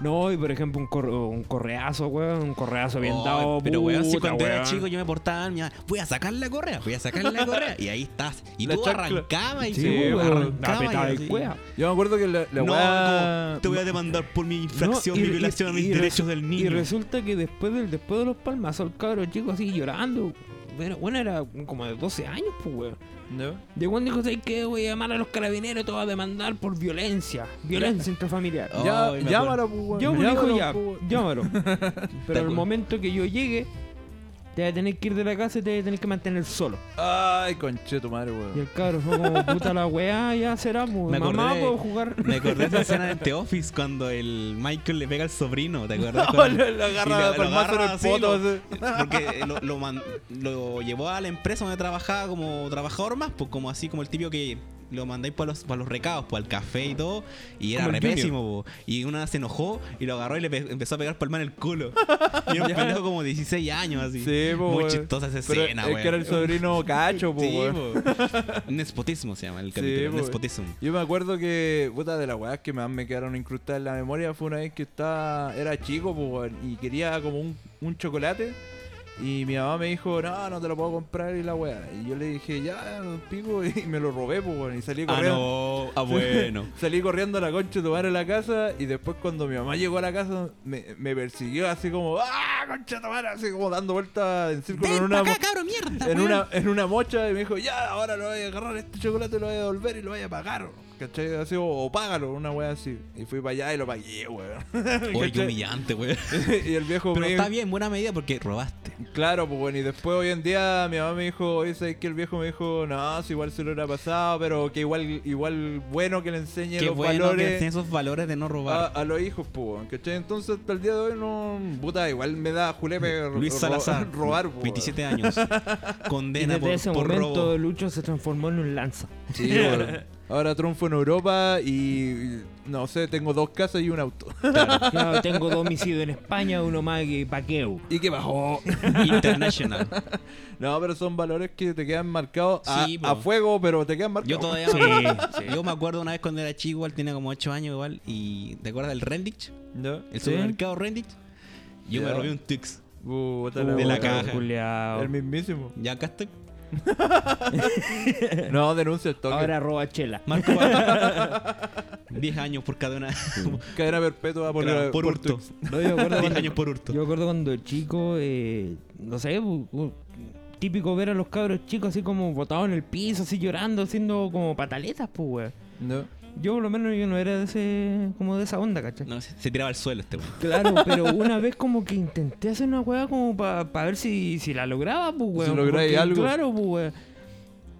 No, y por ejemplo, un, cor- un correazo, weón, un correazo bien dado. Ay, Oh, Pero weón, si puta, cuando era weón. chico yo me portaba, mi mamá, voy a sacar la correa, voy a sacar la correa. Y ahí estás. Y La tú chancla. arrancabas y Sí, tú weón, arrancabas la petada y de así. cuea. Yo me acuerdo que la, la No, weá. como, te voy a demandar por mi infracción, No, mi violación a mis y resu- derechos del niño. Y resulta que después, del, después de los palmazos, el cabro chico así llorando. Bueno, bueno, era como de 12 años, pues, weón. ¿no? De cuando dijo, ¿sabes qué? Voy a llamar a los carabineros y te voy a demandar por violencia. Violencia intrafamiliar. Ay, Ya, me acuerdo. llámalo, pues, weón. Yo me Llámalo, dijo ya, pues, weón. llámalo. Pero al acuerdo. momento que yo llegue, te vas a tener que ir de la casa y te vas a tener que mantener solo. Ay, conche tu madre, Y weón. el cabrón fue como, puta la weá, ya será, pues. Me mamá, acordé- puedo jugar. Me acordé de esa escena de The Office cuando el Michael le pega al sobrino, ¿te acuerdas? Oh, Cuando- le- le agarra y la palmazo en el así, poto, lo- así. porque lo, lo man- lo llevó a la empresa donde trabajaba como trabajador más, pues como así, como el típico que lo mandáis para los, pa' los recados, para el café y todo, y era Como re el Junior. pésimo, po. y una se enojó y lo agarró y le pe- empezó a pegar palma en el culo. Y era un pendejo como 16 años así. Sí, po, Muy weón. chistosa esa Pero escena, Es que era el weón. sobrino cacho, po, Sí, weón. po. Nespotismo se llama el Sí, capítulo, po. Nespotismo. Yo me acuerdo que, puta, de las weas que más me quedaron incrustadas en la pues, memoria fue una vez que estaba, era chico, po, weón, y quería como un, un chocolate. Y mi mamá me dijo, no, no te lo puedo comprar y la weá. Y yo le dije, ya, pico, y me lo robé, pues, weón. Y salí Ah, corriendo. no. Ah, bueno. Salí corriendo a la concha de tu madre a la casa y después cuando mi mamá llegó a la casa me, me persiguió así como ¡Ah, concha de tu madre! Así como dando vueltas en círculo en Ven una, pa' acá, mo- cabro, mierda, en, weón. una, en una mocha y me dijo ¡Ya, ahora lo voy a agarrar este chocolate, lo voy a devolver y lo voy a pagar! ¿Cachai? Así, o, o págalo, una wea así. Y fui para allá y lo pagué, weón. Oye, qué ¿Cachai? humillante, weón. y el viejo Pero me está bien, buena medida porque robaste. Claro, pues bueno, y después hoy en día mi mamá me dijo, oye, ¿sabes que el viejo me dijo, no, si igual se lo hubiera pasado, pero que igual, igual bueno que le enseñe Qué los bueno que valores tiene esos valores de no a, robar. a los hijos, pues, weón, ¿cachai? Entonces hasta el día de hoy no, puta, igual me da julepe ro- Luis ro- Salazar, robar, pues. 27 años. Y Condena desde por, ese por momento robo. Lucho se transformó en un lanza. weón. Sí, weón. Ahora triunfo en Europa y, y, no sé, tengo dos casas y un auto. Claro, tengo dos homicidios en España, uno más que paqueo. y que bajó. International. No, pero son valores que te quedan marcados a, Sí, po. a fuego, pero te quedan Yo marcados. todavía Sí, Yo me acuerdo una vez cuando era chico, igual tenía como 8 años igual, y ¿te acuerdas del Rendich? ¿No? El Sí. supermercado Rendich. Yo me Ya. robé un Tix. Puta De la weá. caja. culiao. El mismísimo. Ya acá estoy. No, denuncia el toque. Ahora roba chela. Marco Paz. 10 años por cadena. Cadena perpetua por, Claro, por por hurto. tu- No, yo me acuerdo 10 cuando- años por hurto. Yo me acuerdo cuando chico, eh, no sé, bu- bu- típico ver a los cabros chicos así como botados en el piso, así llorando, haciendo como pataletas, pues, weón. No. Yo por lo menos yo no era de ese, como de esa onda, ¿cachai? No, se, se tiraba al suelo este weón. Claro, pero una vez como que intenté hacer una weá como para ver si, si la lograba, pues, weón. lográis porque, algo. Claro, pues, weón.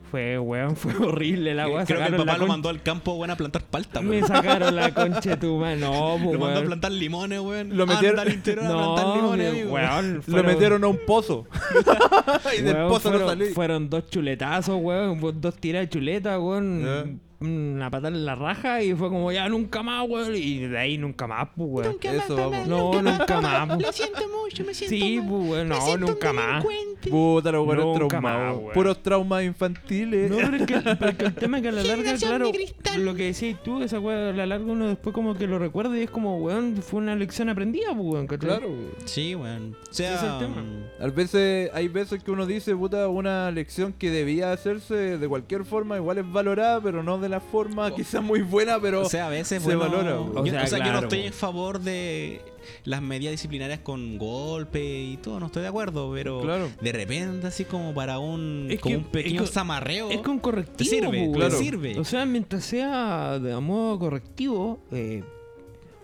Fue, weón, fue horrible la weá. Creo que el sacaron la papá lo con- mandó al campo, weón, a plantar palta, Me weón. sacaron la concha de tu mano. Lo No, pues, mandó a weón. plantar limones, weón. Lo metieron- Anda al interior a plantar No, limones, que, amigo. weón. Lo fueron- metieron a un pozo. y del Weón, pozo no fueron, salí. fueron dos chuletazos, weón. fue Dos tiras de chuleta, weón. Ya. Una patada en la raja y fue como ya nunca más, weón. Y de ahí nunca más, pues, weón. Eso, vamos. No, nunca más. pues. siento mucho, me Sí, pues, weón. No, nunca más. Puta, los buenos Nunca traumados. más, weón. Puros traumas infantiles. No, pero es que, pero es que el tema es que a la larga, Generación claro, de cristal. lo que decías tú, esa weá, a la larga uno después como que lo recuerda y es como, weón, fue una lección aprendida, pues, weón. ¿cachai? Claro, weón. Sí, weón. O sea, Ese es el tema. mm, A veces, hay veces que uno dice, puta, una lección que debía hacerse de cualquier forma, igual es valorada, pero no de la forma quizás muy buena, pero... Oh. O sea, a veces Se bueno, valora, yo- weón. O O sea, sea, yo no claro, estoy weón. en favor de las medidas disciplinarias con golpe y todo, no estoy de acuerdo, pero Claro. de repente así como para un Es como que- un pequeño es que- zamarreo. Es que un correctivo. Te sirve, pues, te weón. sirve. O sea, mientras sea de a modo correctivo, eh,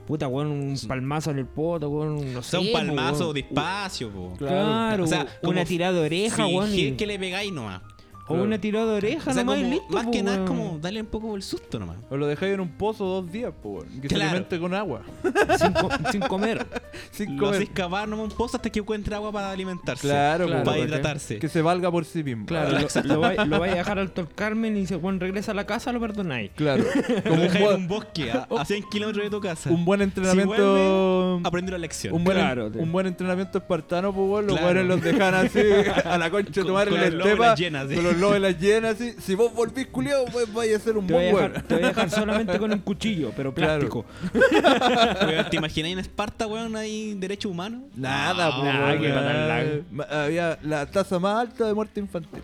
puta, weón, un palmazo en el poto, weón, no o sé. sea, un pues, palmazo weón. despacio, po. Claro, O sea, como una tirada de oreja, weón. Fingir y- que le pegáis nomás. O una tirada de oreja, O sea, nomás y como- listo, más pues, que nada es weón. como darle un poco el susto nomás. O lo dejáis en un pozo dos días, po, weón, que Claro. se alimente con agua. Sin, co- sin comer. Sin Lo comer. hacéis cavar nomás un pozo hasta que encuentre agua para alimentarse. Claro, Claro, po, para weón. hidratarse. Que se valga por sí mismo. Claro, lo, lo vai- lo vais a dejar alto el Carmen y dice, bueno, regresa a la casa, lo perdonáis. Claro. Lo Como un, dejáis en buen- un bosque a, a 100 kilómetros de tu casa. un buen entrenamiento... Aprender la lección. Un buen, Claro, un buen entrenamiento espartano, pues, weón. Los Claro. weones los dejan así a la concha de tu Con- madre con en la el lobo en estepa. las llenas, sí. Con los lobos en las llenas, así. Si vos volvís culiado, pues vais a ser un Te voy, a buen weón. dejar, te voy a dejar solamente con un cuchillo, pero Claro. plástico. Weón, ¿Te imagináis en Esparta, weón, hay derecho humano? Nada, Ah, pues, nada, weón. que patarla. Ma- Había la tasa más alta de muerte infantil.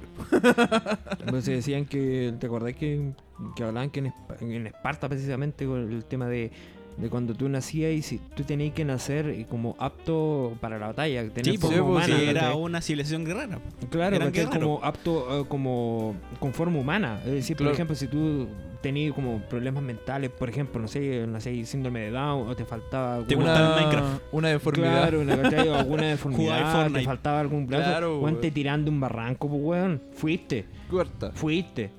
Entonces decían que, ¿te acordás que, que hablaban que en, Esp- en Esparta precisamente con el tema de, de cuando tú nacías y si tú tenías que nacer eh, como apto para la batalla, que tenías Sí, pues, forma humana, si era ¿cachai? una civilización guerrera. claro, eran ¿cachai? guerreros. como apto eh, como con forma humana, es decir, Claro. por ejemplo, si tú tenías como problemas mentales, por ejemplo, no sé, no sé, síndrome de Down o te faltaba Te alguna- gustaba el Minecraft. Una deformidad. Claro, una, ¿cachai? O alguna Jugaba al deformidad, Fortnite. te faltaba algún brazo, Claro, weón, te weón. tirando un barranco, pues, weón, fuiste, Corta. fuiste.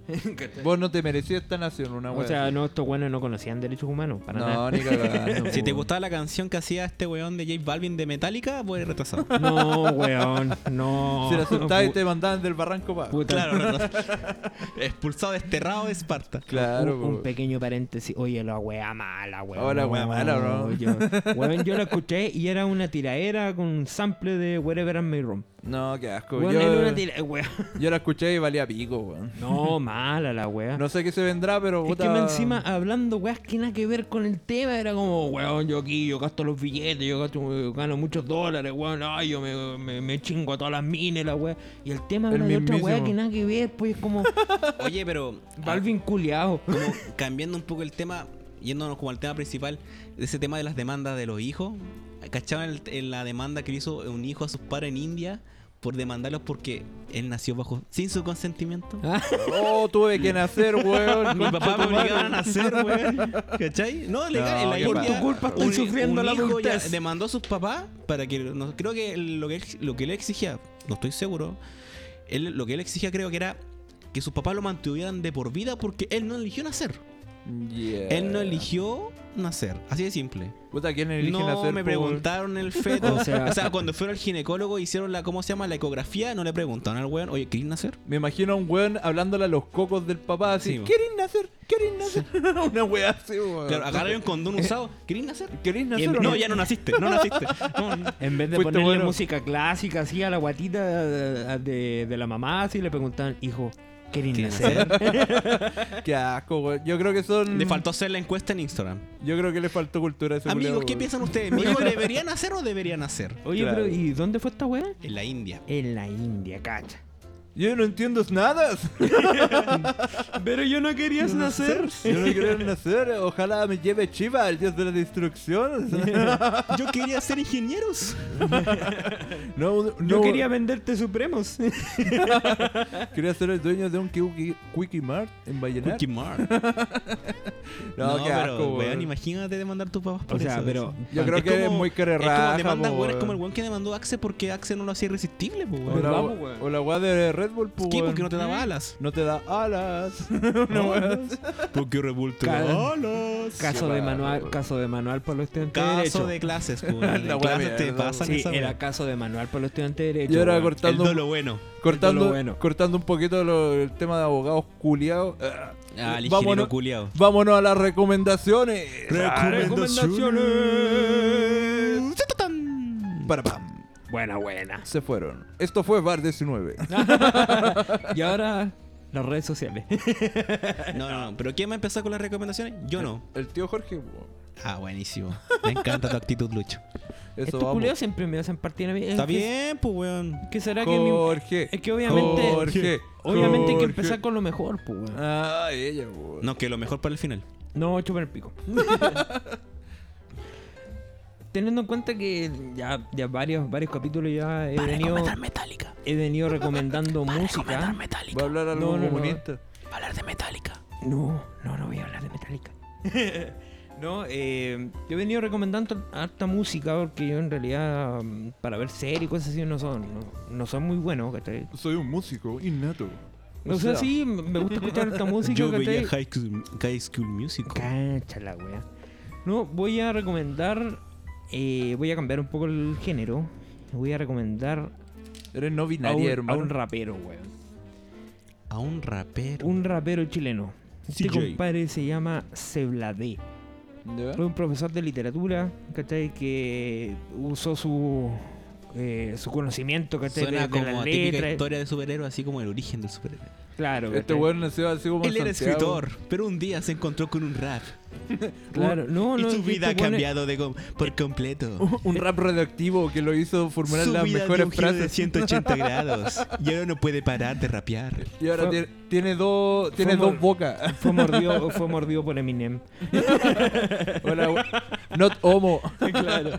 Vos no te merecías esta nación, una O weón. sea, no, estos buenos no conocían derechos humanos, para no, nada. ni cagando. Si te po. gustaba la canción que hacía este weón de J Balvin de Metallica, pues retrasado. No, weón, no. Si la aceptabas y Pu- te mandaban del barranco pa. puta, Claro, retrasado. Expulsado, desterrado de Esparta. Claro, un, un po. pequeño paréntesis. Oye, la wea mala, weón. Oh, la No, wea mala, bro. Yo, weón, yo la escuché y era una tiraera con un sample de Wherever I May Roam. No, qué asco. Weón, yo, era una tele- eh, weón. yo la escuché y valía pico, weón. No, mala la wea. No sé qué se vendrá, es pero que puta, más encima hablando weas que nada que ver con el tema, era como, weón, yo aquí, yo gasto los billetes, yo, gasto- yo gano muchos dólares, weón, ay, yo me, me- me chingo a todas las minas, la wea. Y el tema El habla de otra wea mismísimo. que nada que ver, pues es como, Oye, pero Ah, Balvin culiao. como cambiando un poco el tema, yéndonos como al tema principal, ese tema de las demandas de los hijos. ¿Cachaban el- en la demanda que le hizo un hijo a sus padres en India por demandarlos porque él nació bajo sin su consentimiento? Oh, tuve que nacer, weón. Mi papá me Conchetumare. obligaban a nacer, weón. ¿Cachai? No, legal. en la qué India, Por tu culpa estoy sufriendo la hijo ya adultez. demandó a sus papás para que. No, creo que lo que, él, lo que él exigía, no estoy seguro. Él, lo que él exigía, creo que era que sus papás lo mantuvieran de por vida porque él no eligió nacer. Yeah. Él no eligió nacer. Así de simple. Puta, ¿quién elige no nacer? me po, preguntaron el feto. O o, sea- sea, cuando fueron al ginecólogo, hicieron la, ¿cómo se llama? La ecografía. No le preguntaron al weón, oye, ¿querés nacer? Me imagino a un weón hablándole a los cocos del papá así. Sí, bo. ¿Queréis nacer? ¿Queréis nacer? Una weá así, weón. Claro, agarraron un condón usado. ¿Querés nacer? ¿Queréis Eh, nacer? o No, ya no naciste, no naciste. No, no. En vez de Fuiste ponerle bueno. música clásica así a la guatita de, de- de la mamá, así le preguntaban, hijo, ¿querés ¿Quieres nacer? Qué asco, weón. Yo creo que son. Le faltó hacer la encuesta en Instagram. Yo creo que le faltó cultura a ese Amigos, culiao, ¿qué weón. piensan ustedes? ¿Mi hijo debería nacer o debería nacer? Oye, Claro. pero ¿y dónde fue esta wea? En la India. En la India, cacha. Yo no entiendo nada. Pero yo no querías nacer. Yo no quiero nacer. Ojalá me lleve Chiva, el dios de la destrucción. Yo quería ser ingenieros. No, no, Yo quería venderte supremos. quería ser el dueño de un Quickie Quickie Mart en Vallenar. Cookie Mar. No, qué asco, pero, weón, weón. imagínate demandar a tus papás por o sea, eso. pero. Yo creo que es muy Es carerraja. como demandas po, weón, es como el weón que demandó a Axe porque Axe no lo hacía irresistible, po, O weón. la, Vamos, weón. o la weá de Red Bull, po, ¿Qué? weón. Porque no te daba alas. No te da alas. Una weá así. Porque revuelto. Cada- alas. Caso de manual, caso de manual para los estudiantes de Caso derecho. de clases, po, weón. La En wea clases te mierda, pasan Sí, esa era weá. caso de manual para los estudiantes de derecho. Yo era weón. El cortando, dolo bueno. es cortando, lo bueno. cortando un poquito lo- el tema de abogados culiados. Ah, Ah, el vámonos, ingeniero culiao. vámonos a las recomendaciones. Ah, Recomendaciones. Para pam. Buena, buena. Se fueron. Esto fue Bar 19. Y ahora las redes sociales. No, no, no. ¿Pero quién va a empezar con las recomendaciones? Yo no. El tío Jorge. po. Ah, buenísimo. Me encanta tu actitud, Lucho. Eso Estos culiados siempre me hacen partir a mí. Está Es que- bien, pues, weón. ¿Qué será que mi- Jorge. Es que obviamente. Jorge. Obviamente hay que Jorge. empezar con lo mejor, pues, weón. Ah, ella, po. No, que lo mejor para el final. No, chupar el pico. Teniendo en cuenta que ya, ya varios, varios capítulos ya he venido, Metallica. he venido recomendando música. Metallica. Va a hablar algo No, no, no. comunista. Va a hablar de Metallica. No, no, no voy a hablar de Metallica. no, eh, yo he venido recomendando harta música porque yo en realidad mm, para ver series y cosas así no son, no, no son muy buenos, ¿cachai? Soy un músico innato. O, sea, sí, m- me gusta escuchar harta música, Yo veía ¿cachai? High School, High School Musical. Cacha la wea. No, voy a recomendar. eh, voy a cambiar un poco el género. Voy a recomendar Eres no a binaria, un, a hermano. un rapero, weón. A un rapero. Un rapero chileno. Este CJ. compadre se llama Cebladé. ¿Ya? Fue un profesor de literatura, ¿cachai? Que usó su, eh, su conocimiento, ¿cachai? Suena de, de como las a típica letras. historia de superhéroe, así como el origen del superhéroe. Claro, Este ¿cachai? weón nació así como en Él era Santiago. escritor, pero un día se encontró con un rap. Claro, no, y no. su es que vida ha este weón es- cambiado de com- por completo. Un rap radioactivo que lo hizo formular su las vida dio un mejores giro de frases. 180 grados. Y ahora no puede parar de rapear. Y ahora Fue- tiene, tiene dos, tiene fue dos mor- bocas. Fue mordido, fue mordido por Eminem. Hola, we- not homo. claro.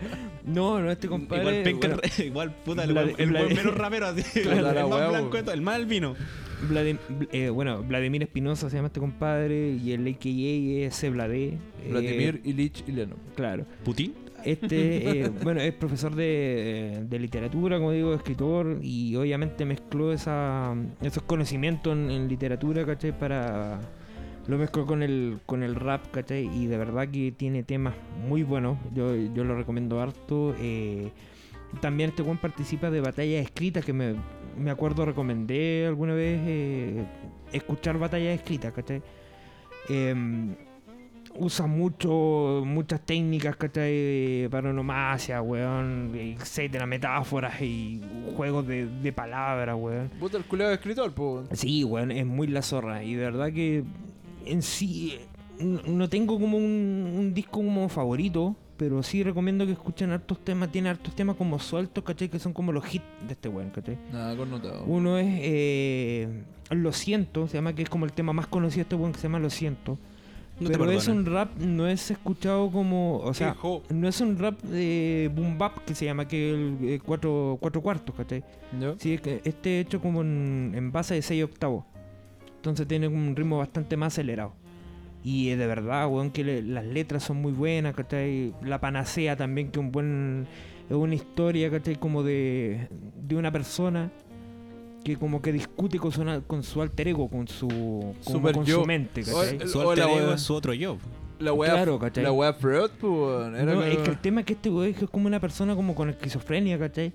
No, no, este compadre. Igual penca el bueno, ra- igual puta, el, Bla- buen- el bla- buen menos rapero así. Claro, la el más huevo. blanco de todo, el más albino. Vladim- Bl- eh, bueno, Vladimir Espinosa se llama este compadre y el AKA es Cebladé. eh, Vladimir Ilich Ilenov. Claro. ¿Putin? Este, eh, bueno, es profesor de, de literatura, como digo, escritor, y obviamente mezcló esa, esos conocimientos en, en literatura, ¿cachai? Para... Lo mezcló con el, con el rap, ¿cachai? Y de verdad que tiene temas muy buenos, yo, yo lo recomiendo harto. eh, también este buen participa de batallas escritas, que me, me acuerdo recomendé alguna vez eh, escuchar batallas escritas, ¿cachai? Em, usa mucho, muchas técnicas, ¿cachai? De paronomasia, weón, etcétera, metáforas y juegos de, de palabras, weón. Puta el culiado escritor, po. Sí, weón, es muy la zorra. Y de verdad que en sí eh, no no tengo como un, un disco como favorito, pero sí recomiendo que escuchen hartos temas. Tiene hartos temas como sueltos, ¿cachai? Que son como los hits de este weón, ¿cachai? Nada, connotado. Uno es eh, Lo siento, se llama que es como el tema más conocido de este weón que se llama Lo siento. No te pero es perdonan. un rap, no es escuchado como. O sea, Hijo. no es un rap de boom bap que se llama, que el eh, cuatro, cuatro cuartos, ¿cachai? ¿Ya? Sí, es que este hecho como en, en base de 6 octavos. Entonces tiene un ritmo bastante más acelerado. Y eh, de verdad, weón, que le- las letras son muy buenas, ¿cachai? La panacea también, que un buen. Es una historia, ¿cachai? Como de, de una persona que como que discute con su, na- con su alter ego, con su, como Super con yo. Oh, su mente, ¿cachai? Oye, Su Hola, alter ego weón. es su otro yo. La wea, Claro, ¿cachai? La wea Freud, po. weón. Era No, como- es que el tema es que este weón es que es como una persona como con esquizofrenia, ¿cachai?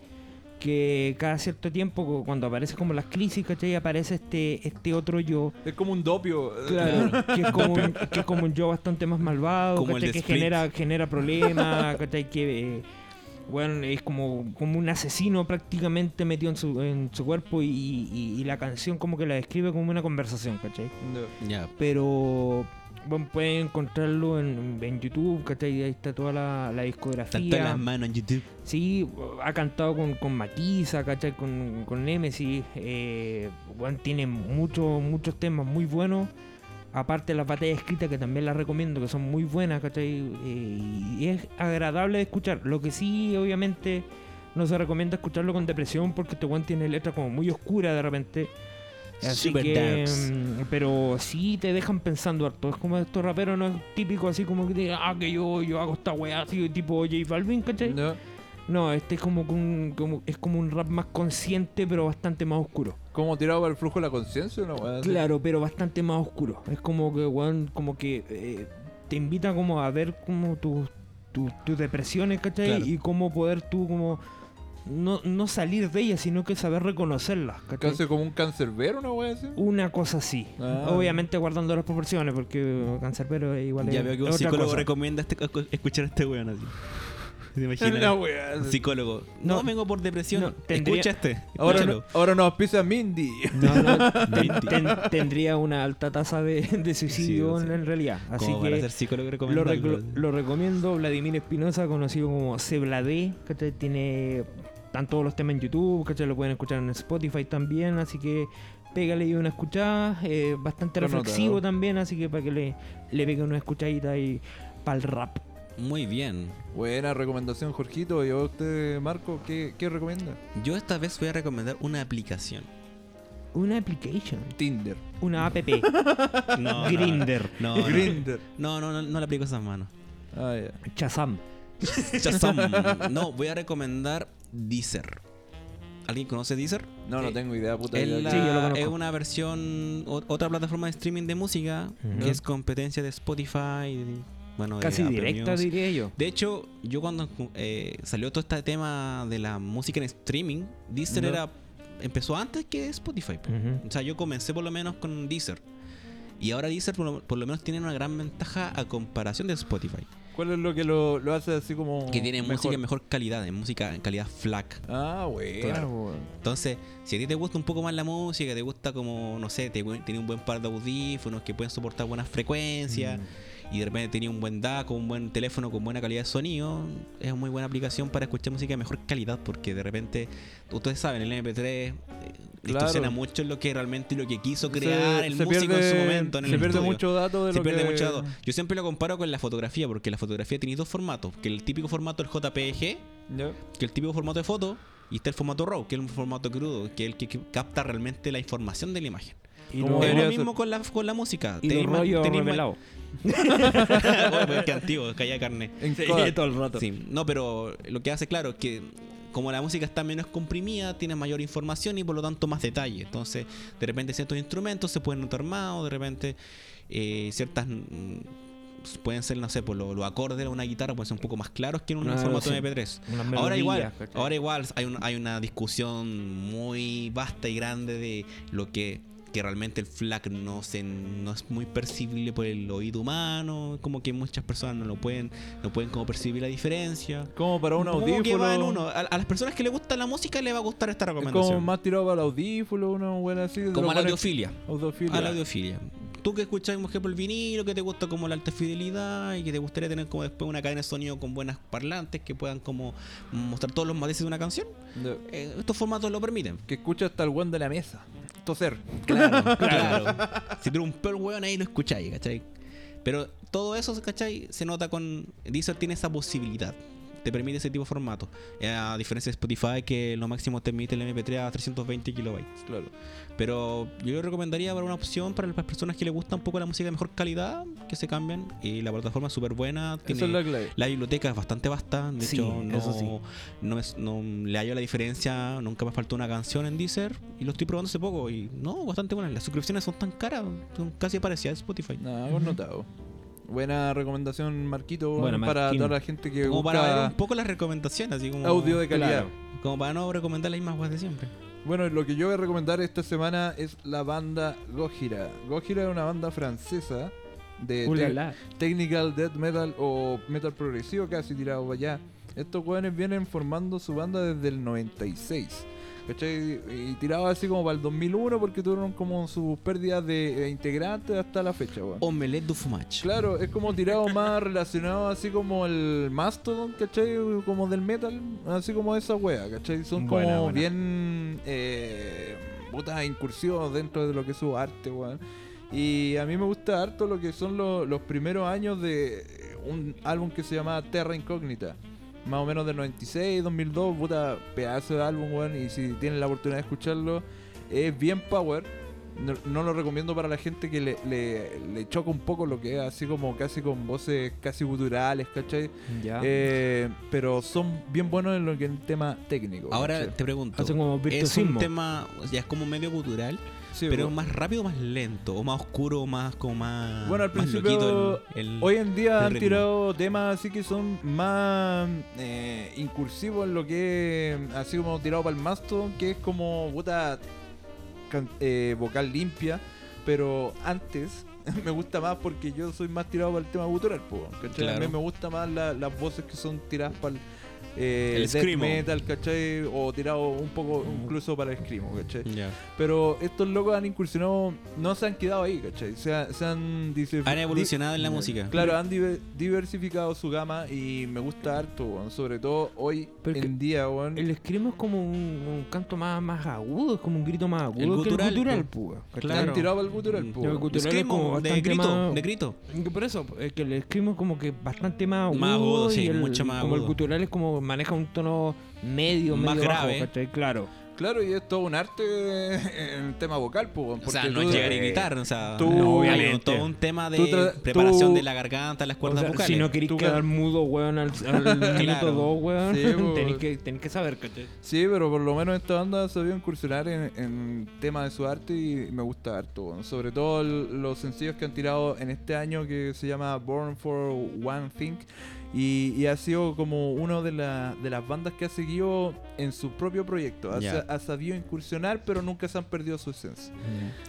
Que cada cierto tiempo, cu- cuando aparece como las crisis, ¿cachai? Aparece este, este otro yo. es como un dopio. Que es como un, que es como un yo bastante más malvado, Como el ¿cachai? de Que Split. genera, genera problemas, ¿cachai? Que, eh, bueno, es como, como un asesino prácticamente metido en su, en su cuerpo y, y- y la canción como que la describe como una conversación, ¿cachai? Ya. Ya. pero bueno, pueden encontrarlo en, en YouTube, ¿cachai? Ahí está toda la, la Están todas discografía. las manos en YouTube. Sí, ha cantado con, con Maquisa, ¿cachai? Con, con Nemesis. Eh, bueno, tiene muchos muchos temas muy buenos. Aparte de las batallas escritas, que también las recomiendo, que son muy buenas, ¿cachai? Eh, y es agradable de escuchar. Lo que sí, obviamente, no se recomienda escucharlo con depresión, porque este one tiene letras como muy oscuras de repente. Así Super que, darks. mm, pero sí te dejan pensando harto. Es como estos raperos no es típico así como que digan, ah, que yo, yo hago esta weá así tipo J Balvin, ¿cachai? Ya. No, este es como, que un, como- es como un rap más consciente, pero bastante más oscuro. Como tirado para el flujo de la conciencia, una wea así. Claro, pero bastante más oscuro. Es como que, weón, como que eh, te invita como a ver como tus tus- tus depresiones, ¿cachai? Claro. Y cómo poder tú como no, no salir de ellas, sino que saber reconocerlas, ¿cachai? Casi como un cancerbero, una wea así. Una cosa así. Ah. Obviamente guardando las proporciones, porque Cancerbero es igual Ya es- veo que un es otra psicólogo cosa. recomienda este- escuchar a este weón así. ¿Se imaginan? Una wea así. Un psicólogo. No, No. vengo por depresión. No, tendría- Escucha este. Ahora, Escúchalo. no, ahora nos pisa Mindy. No, no, ten- ten- tendría una alta tasa de, de suicidio Sí, en, sí. en realidad. Así Como que para ser psicólogo Lo, recomendado. reco- lo recomiendo, Vladimir Espinosa, conocido como Cebladé, que tiene están todos los temas en YouTube, ¿cachai? lo pueden escuchar en Spotify también, así que pégale ahí una escuchada, eh, bastante Lo he reflexivo notado. también, así que para que le, le pegue una escuchadita y para el rap. Muy bien. Buena recomendación, Jorgito. Y a usted, Marco, ¿qué, qué recomienda? Yo esta vez voy a recomendar una aplicación. Una application, Tinder. una app, No, Grinder, No, no, no, Grinder. no, no, no, no le aplico esas manos. Ah, ya. Chazam. Shazam. No, voy a recomendar Deezer. ¿Alguien conoce Deezer? No, no Eh, tengo idea, puta. Es, ya la- Sí, yo lo conozco. es una versión, o- otra plataforma de streaming de música Ujú. que es competencia de Spotify, y, bueno, de Casi Apple directa Music. diría yo. De hecho, yo cuando eh, salió todo este tema de la música en streaming, Deezer Ya. era empezó antes que Spotify. po. Ujú. O sea, yo comencé por lo menos con Deezer. Y ahora Deezer por lo, por lo menos tiene una gran ventaja a comparación de Spotify. ¿Cuál es lo que lo, lo hace así Oh, como. Que tiene música en mejor? mejor calidad, en música en calidad FLAC. Ah, bueno. Claro. weón. Entonces, si a ti te gusta un poco más la música, te gusta como, no sé, te, tiene un buen par de audífonos que pueden soportar buenas frecuencias Mm. y de repente tenía un buen DAC, un buen teléfono con buena calidad de sonido, es una muy buena aplicación para escuchar música de mejor calidad porque de repente, ustedes saben, el MP3 eh, distorsiona mucho lo que realmente lo que quiso crear el músico en su momento. En se el pierde estudio. mucho dato de Se lo pierde que- mucho dato. Yo siempre lo comparo con la fotografía, porque la fotografía tiene dos formatos. Que el típico formato del JPG, Ya. que el típico formato de foto y está el formato RAW, que es un formato crudo, que es el que, que capta realmente la información de la imagen. Y ¿Cómo lo- Es Podría lo mismo con la, con la música. y Tenéis los ma- rollos tenéis ma- revelados. Oh, pero qué antiguo, calla carne. En Kodak. el rato. Sí, no, pero lo que hace claro es que como la música está menos comprimida, tiene mayor información y por lo tanto más detalle. Entonces, de repente ciertos instrumentos se pueden notar más, o de repente eh, ciertas mm, pueden ser, no sé, por lo- los acordes de una guitarra pueden ser un poco más claros que en un Claro, formato sí. MP3. Unas Ahora melodías, igual, ¿cachai? ahora igual hay, un- hay una discusión muy vasta y grande de lo que que realmente el FLAC no, se, no es muy percibible por el oído humano, como que muchas personas no lo pueden, no pueden como percibir la diferencia. Como para un Como que va en audífono. uno. A, a las personas que les gusta la música les va a gustar esta Es como recomendación. más tirado para el audífono, una buena así. Como a la al audiofilia. audiofilia. A la audiofilia. Tú que escuchas, por ejemplo, el vinilo, que te gusta como la alta fidelidad y que te gustaría tener como después una cadena de sonido con buenas parlantes que puedan como mostrar todos los matices de una canción, De- eh, estos formatos lo permiten. Que escucha hasta el weón de la mesa. Toser. Claro, claro. Si tú eres un peor weón ahí lo escucháis, ¿cachai? Pero todo eso, ¿cachai? Se nota con... Deezer tiene esa posibilidad. Te permite ese tipo de formato. Eh, A diferencia de Spotify, que lo máximo te permite el MP3 a 320 kilobytes. Claro. Pero yo recomendaría para una opción para las personas que les gusta un poco la música de mejor calidad, que se cambien. Y la plataforma es súper buena. Esa tiene- es la clave. la biblioteca es bastante vasta, de Sí, hecho no, eso sí. no, es- no le hallo la diferencia, nunca me faltó una canción en Deezer y lo estoy probando hace poco y no, bastante buena. Las suscripciones son tan caras, son casi parecidas a Spotify. Nada, hemos notado. Buena recomendación, Marquito, Buena, para Marquín. toda la gente que Como para ver busca un poco las recomendaciones, así como, audio de calidad. como para no recomendar las mismas cosas de siempre. Bueno, lo que yo voy a recomendar esta semana es la banda Gojira. Gojira es una banda francesa de te- Ulala. technical death metal o metal progresivo casi tirado para allá. Estos jóvenes vienen formando su banda desde el 96. ¿Cachai? Y tirado así como para el 2001 porque tuvieron como sus pérdidas de, de integrantes hasta la fecha, weón. Omelette du fromage. Claro, es como tirado más relacionado así como el Mastodon, ¿cachai? Como del metal, así como esa wea, ¿cachai? Son como Buena, buena. bien eh, putas incursiones dentro de lo que es su arte, weón. Y a mí me gusta harto lo que son lo- los primeros años de eh, un álbum que se llama Terra Incógnita. Más o menos del 96, 2002, puta, pedazo de álbum, weón. Y si tienen la oportunidad de escucharlo, es bien power. No, no lo recomiendo para la gente que le, le, le choca un poco lo que es así como casi con voces casi guturales, ¿cachai? este, Ah. Ya. Eh, pero son bien buenos en lo que es el tema técnico. Ahora ¿cachai? te pregunto, Hacen como es un virtuosismo. tema, ya es como medio cultural, Sí, pero es bueno. más rápido o más lento, o más oscuro, o más como más, Bueno, al más principio, el- el- Hoy en el día han Mm. ritmo. tirado temas así que son más eh, incursivos en lo que es así como tirado para el Mastodon, que es como puta can- eh, vocal limpia, pero antes me gusta más porque yo soy más tirado para el tema gutural, po, ¿cachai? A Claro. mí me gusta más la- las voces que son tiradas para el, El eh, death screamo. Mm. metal, ¿cachai? O tirado un poco incluso para el screamo, ¿cachai? Ya. Pero estos locos han incursionado, no se han quedado ahí, ¿cachai? Se, ha- se han... dice- Han di- evolucionado en la música. Claro, han diver- diversificado su gama y me gusta harto, weón. Sobre todo hoy Pero en día, weón. El screamo es como un, un canto más, más agudo, es como un grito más agudo que gutural, el gutural, po. pú, ¿cachai? claro. Han tirado al gutural, Mm. po, Yo weón. me gusta- Cultural es Screamo, como de bastante grito, más- de grito. Que Por eso, es que el screamo es como que bastante más agudo. Más agudo, sí, y el, mucho más Como el agudo. gutural es como maneja un tono medio, Más medio bajo, grave. ¿cachai? claro. Claro, y es todo un arte en el tema vocal, po, weón. O sea, porque no tú- eh, es llegar y gritar, o sea, tú- hay un- Obviamente. todo un tema Tú de tra- preparación tú- de la garganta, las O cuerdas sea, vocales. si no queréis Tú- quedar mudo, weón, al, al minuto Claro. 2, weón, Sí, po. tenéis que, tenés que saber, ¿cachai? Sí, pero por lo menos esta banda ha sabido incursionar en, en temas de su arte y me gusta harto, weón. Sobre todo el- los sencillos que han tirado en este año que se llama Born for One Thing. Y, y ha sido como uno de, la- de las bandas que ha seguido en su propio proyecto. Ha, Ya. sa- ha sabido incursionar, pero nunca se han perdido su esencia.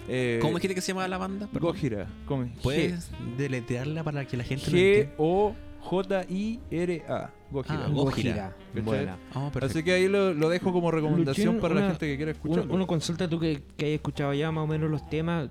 Eh, ¿Cómo dijiste que se llama la banda? Perdón. Gojira. Con G- ¿Puedes deletrearla para que la gente lo entienda? G-O-J-I-R-A. Gojira. Ah, Gojira. Gojira. Buena. Ah, perfecto. Así que ahí lo, lo dejo como recomendación Luchín, para la una- gente que quiera escuchar. Uno, uno consulta tú que, que hayas escuchado ya más o menos los temas.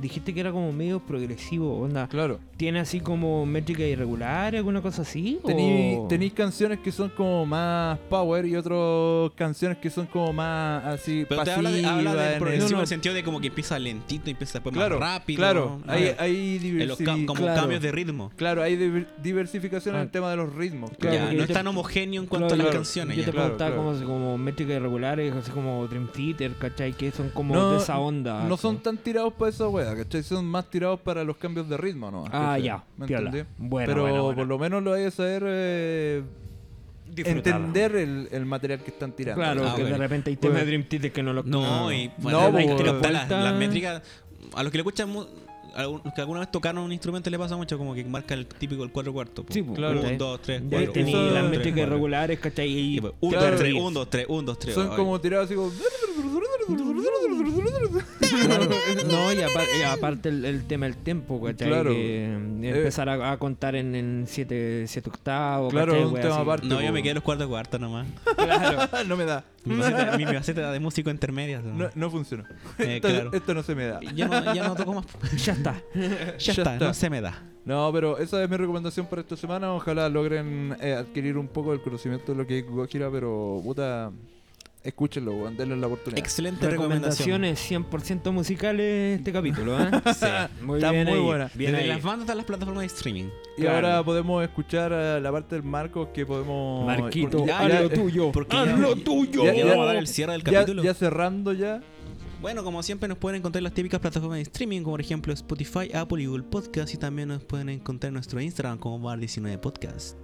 Dijiste que era como medio progresivo, onda. Claro. ¿Tiene así como métrica irregular, alguna cosa así? o- Tenéis canciones que son como más power y otras canciones que son como más así Pero te pasivas. habla de, habla de en progresivo el- en el sentido de como que empieza lentito y empieza después claro, más rápido. Claro, Ah, hay, ya. hay En los diversi- cam- como claro, cambios de ritmo. Claro, hay diver- diversificación en Ah. el tema de los ritmos. Claro, ya, porque no yo es te- tan homogéneo en cuanto claro, a las claro. canciones. Yo ya. te Claro, preguntaba claro. como, como métricas irregulares, así como Dream Theater, ¿cachai? Que son como No, de esa onda. No son tan tirados para esa wea, ¿cachai? Son más tirados para los cambios de ritmo, ¿no? Ah, ¿Cachai? ya. ¿Me piola. entendí? Bueno, Pero bueno, bueno. por lo menos lo hay que saber eh, Disfrutarla. entender el, el material que están tirando. Claro, Ah, que bueno. de repente hay temas Bueno. de Dream Theater que Ah. no lo No, y No, bueno, la pues, métrica, weón. está la- Falta- las métricas, a los que le escuchan, mu- a los que alguna vez tocaron un instrumento le pasa mucho como que marca el típico el cuatro cuartos. Sí, pues, claro. Un, dos, tres, Ya cuatro. tení un, las dos, tres, métricas cuatro. irregulares, ¿cachai? Y Y pues, un, Claro. dos, tres, un, dos, tres, un, dos, tres. Son ay. como tirados así como. Claro. No, No, y apar- y aparte el, el tema del tiempo, ¿cachai? Claro. Que, Eh. mm, empezar a, a contar en, en siete, siete octavos, Claro, ¿cachai? un Wea tema así. aparte. No, yo me quedé en los cuartos cuartos nomás. Claro. no me da. Mi faceta, mi, mi faceta de músico intermedia. No, no funciona. Eh, esto, claro. esto no se me da. Ya no, ya no toco más. ya está. Ya, Ya está, está. no se me da. No, pero esa es mi recomendación para esta semana. Ojalá logren eh, adquirir un poco del conocimiento de lo que es Gojira, pero puta, escúchenlo, weón, denle la oportunidad. Excelente recomendación. Recomendaciones 100% musicales este capítulo, ¿eh? Muy Está bien muy ahí, buena. bien Desde ahí. las bandas hasta las plataformas de streaming. y claro. ahora podemos escuchar eh, la parte del Marco que podemos. Marquito, Ya- haz ya- lo tuyo. Ah, Porque haz ya- lo ya- tuyo. Ya, Ya- vamos a dar el cierre del ya- capítulo. ya cerrando ya. Bueno, como siempre nos pueden encontrar en las típicas plataformas de streaming, como por ejemplo Spotify, Apple y Google Podcast, y también nos pueden encontrar en nuestro Instagram como Bar19 Podcast.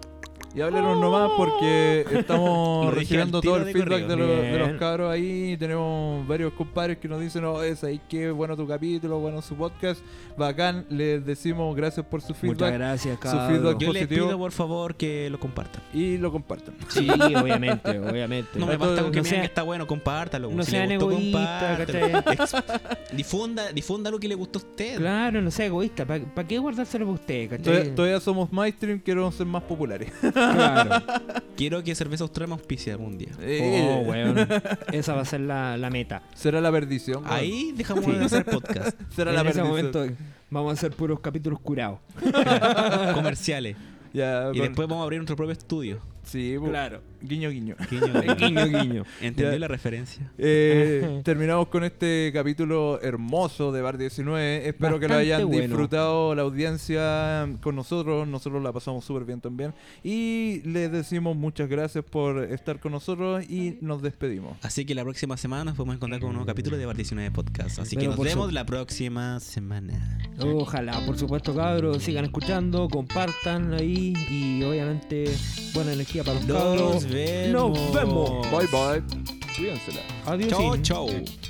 Y háblenos nomás porque estamos Oh. Lo dije recibiendo al tiro todo de el feedback de corrido. los, de los Bien. cabros ahí. Tenemos varios compadres que nos dicen, oh, es ahí que bueno tu capítulo, bueno su podcast, bacán. Les decimos gracias por su Muchas feedback gracias, feedback cabrón. Yo les Positivo. pido por favor que lo compartan. y lo compartan. Sí, obviamente, obviamente. No me Esto- basta con que no me digan sea- que está bueno, compártalo. no le sean gustó, egoístas, compártalo. Ex- difunda, difunda lo que le gustó a usted. Claro, no sea egoísta. ¿Para qué guardárselo para usted, Todavía, cachai? todavía somos mainstream, queremos ser más populares. Claro. Quiero que Cerveza Austral me auspicie algún día. Oh, Eh, weón. Esa va a ser la, la meta. Será la perdición. weón. Ahí dejamos Sí. de hacer podcast. Será en la ese perdición. momento vamos a hacer puros capítulos curados. comerciales. Ya, Y con- después vamos a abrir nuestro propio estudio. Sí, pues, guiño, guiño. Guiño, guiño. guiño, guiño. Entendí Ya. la referencia. Eh, terminamos con este capítulo hermoso de Bar 19. Espero que lo Bastante hayan bueno. disfrutado la audiencia con nosotros. Nosotros la pasamos súper bien también. Y les decimos muchas gracias por estar con nosotros y nos despedimos. Así que la próxima semana nos podemos encontrar con un nuevo capítulo de Bar 19 Podcast. Así que Mm. Pero nos por su- vemos la próxima semana. Ojalá, por supuesto, cabros, sigan escuchando, compartan ahí y obviamente buena energía para los Nos cabros. vemos. Nos vemos. Bye bye. Cuídensela. Adiós. Chau, chau.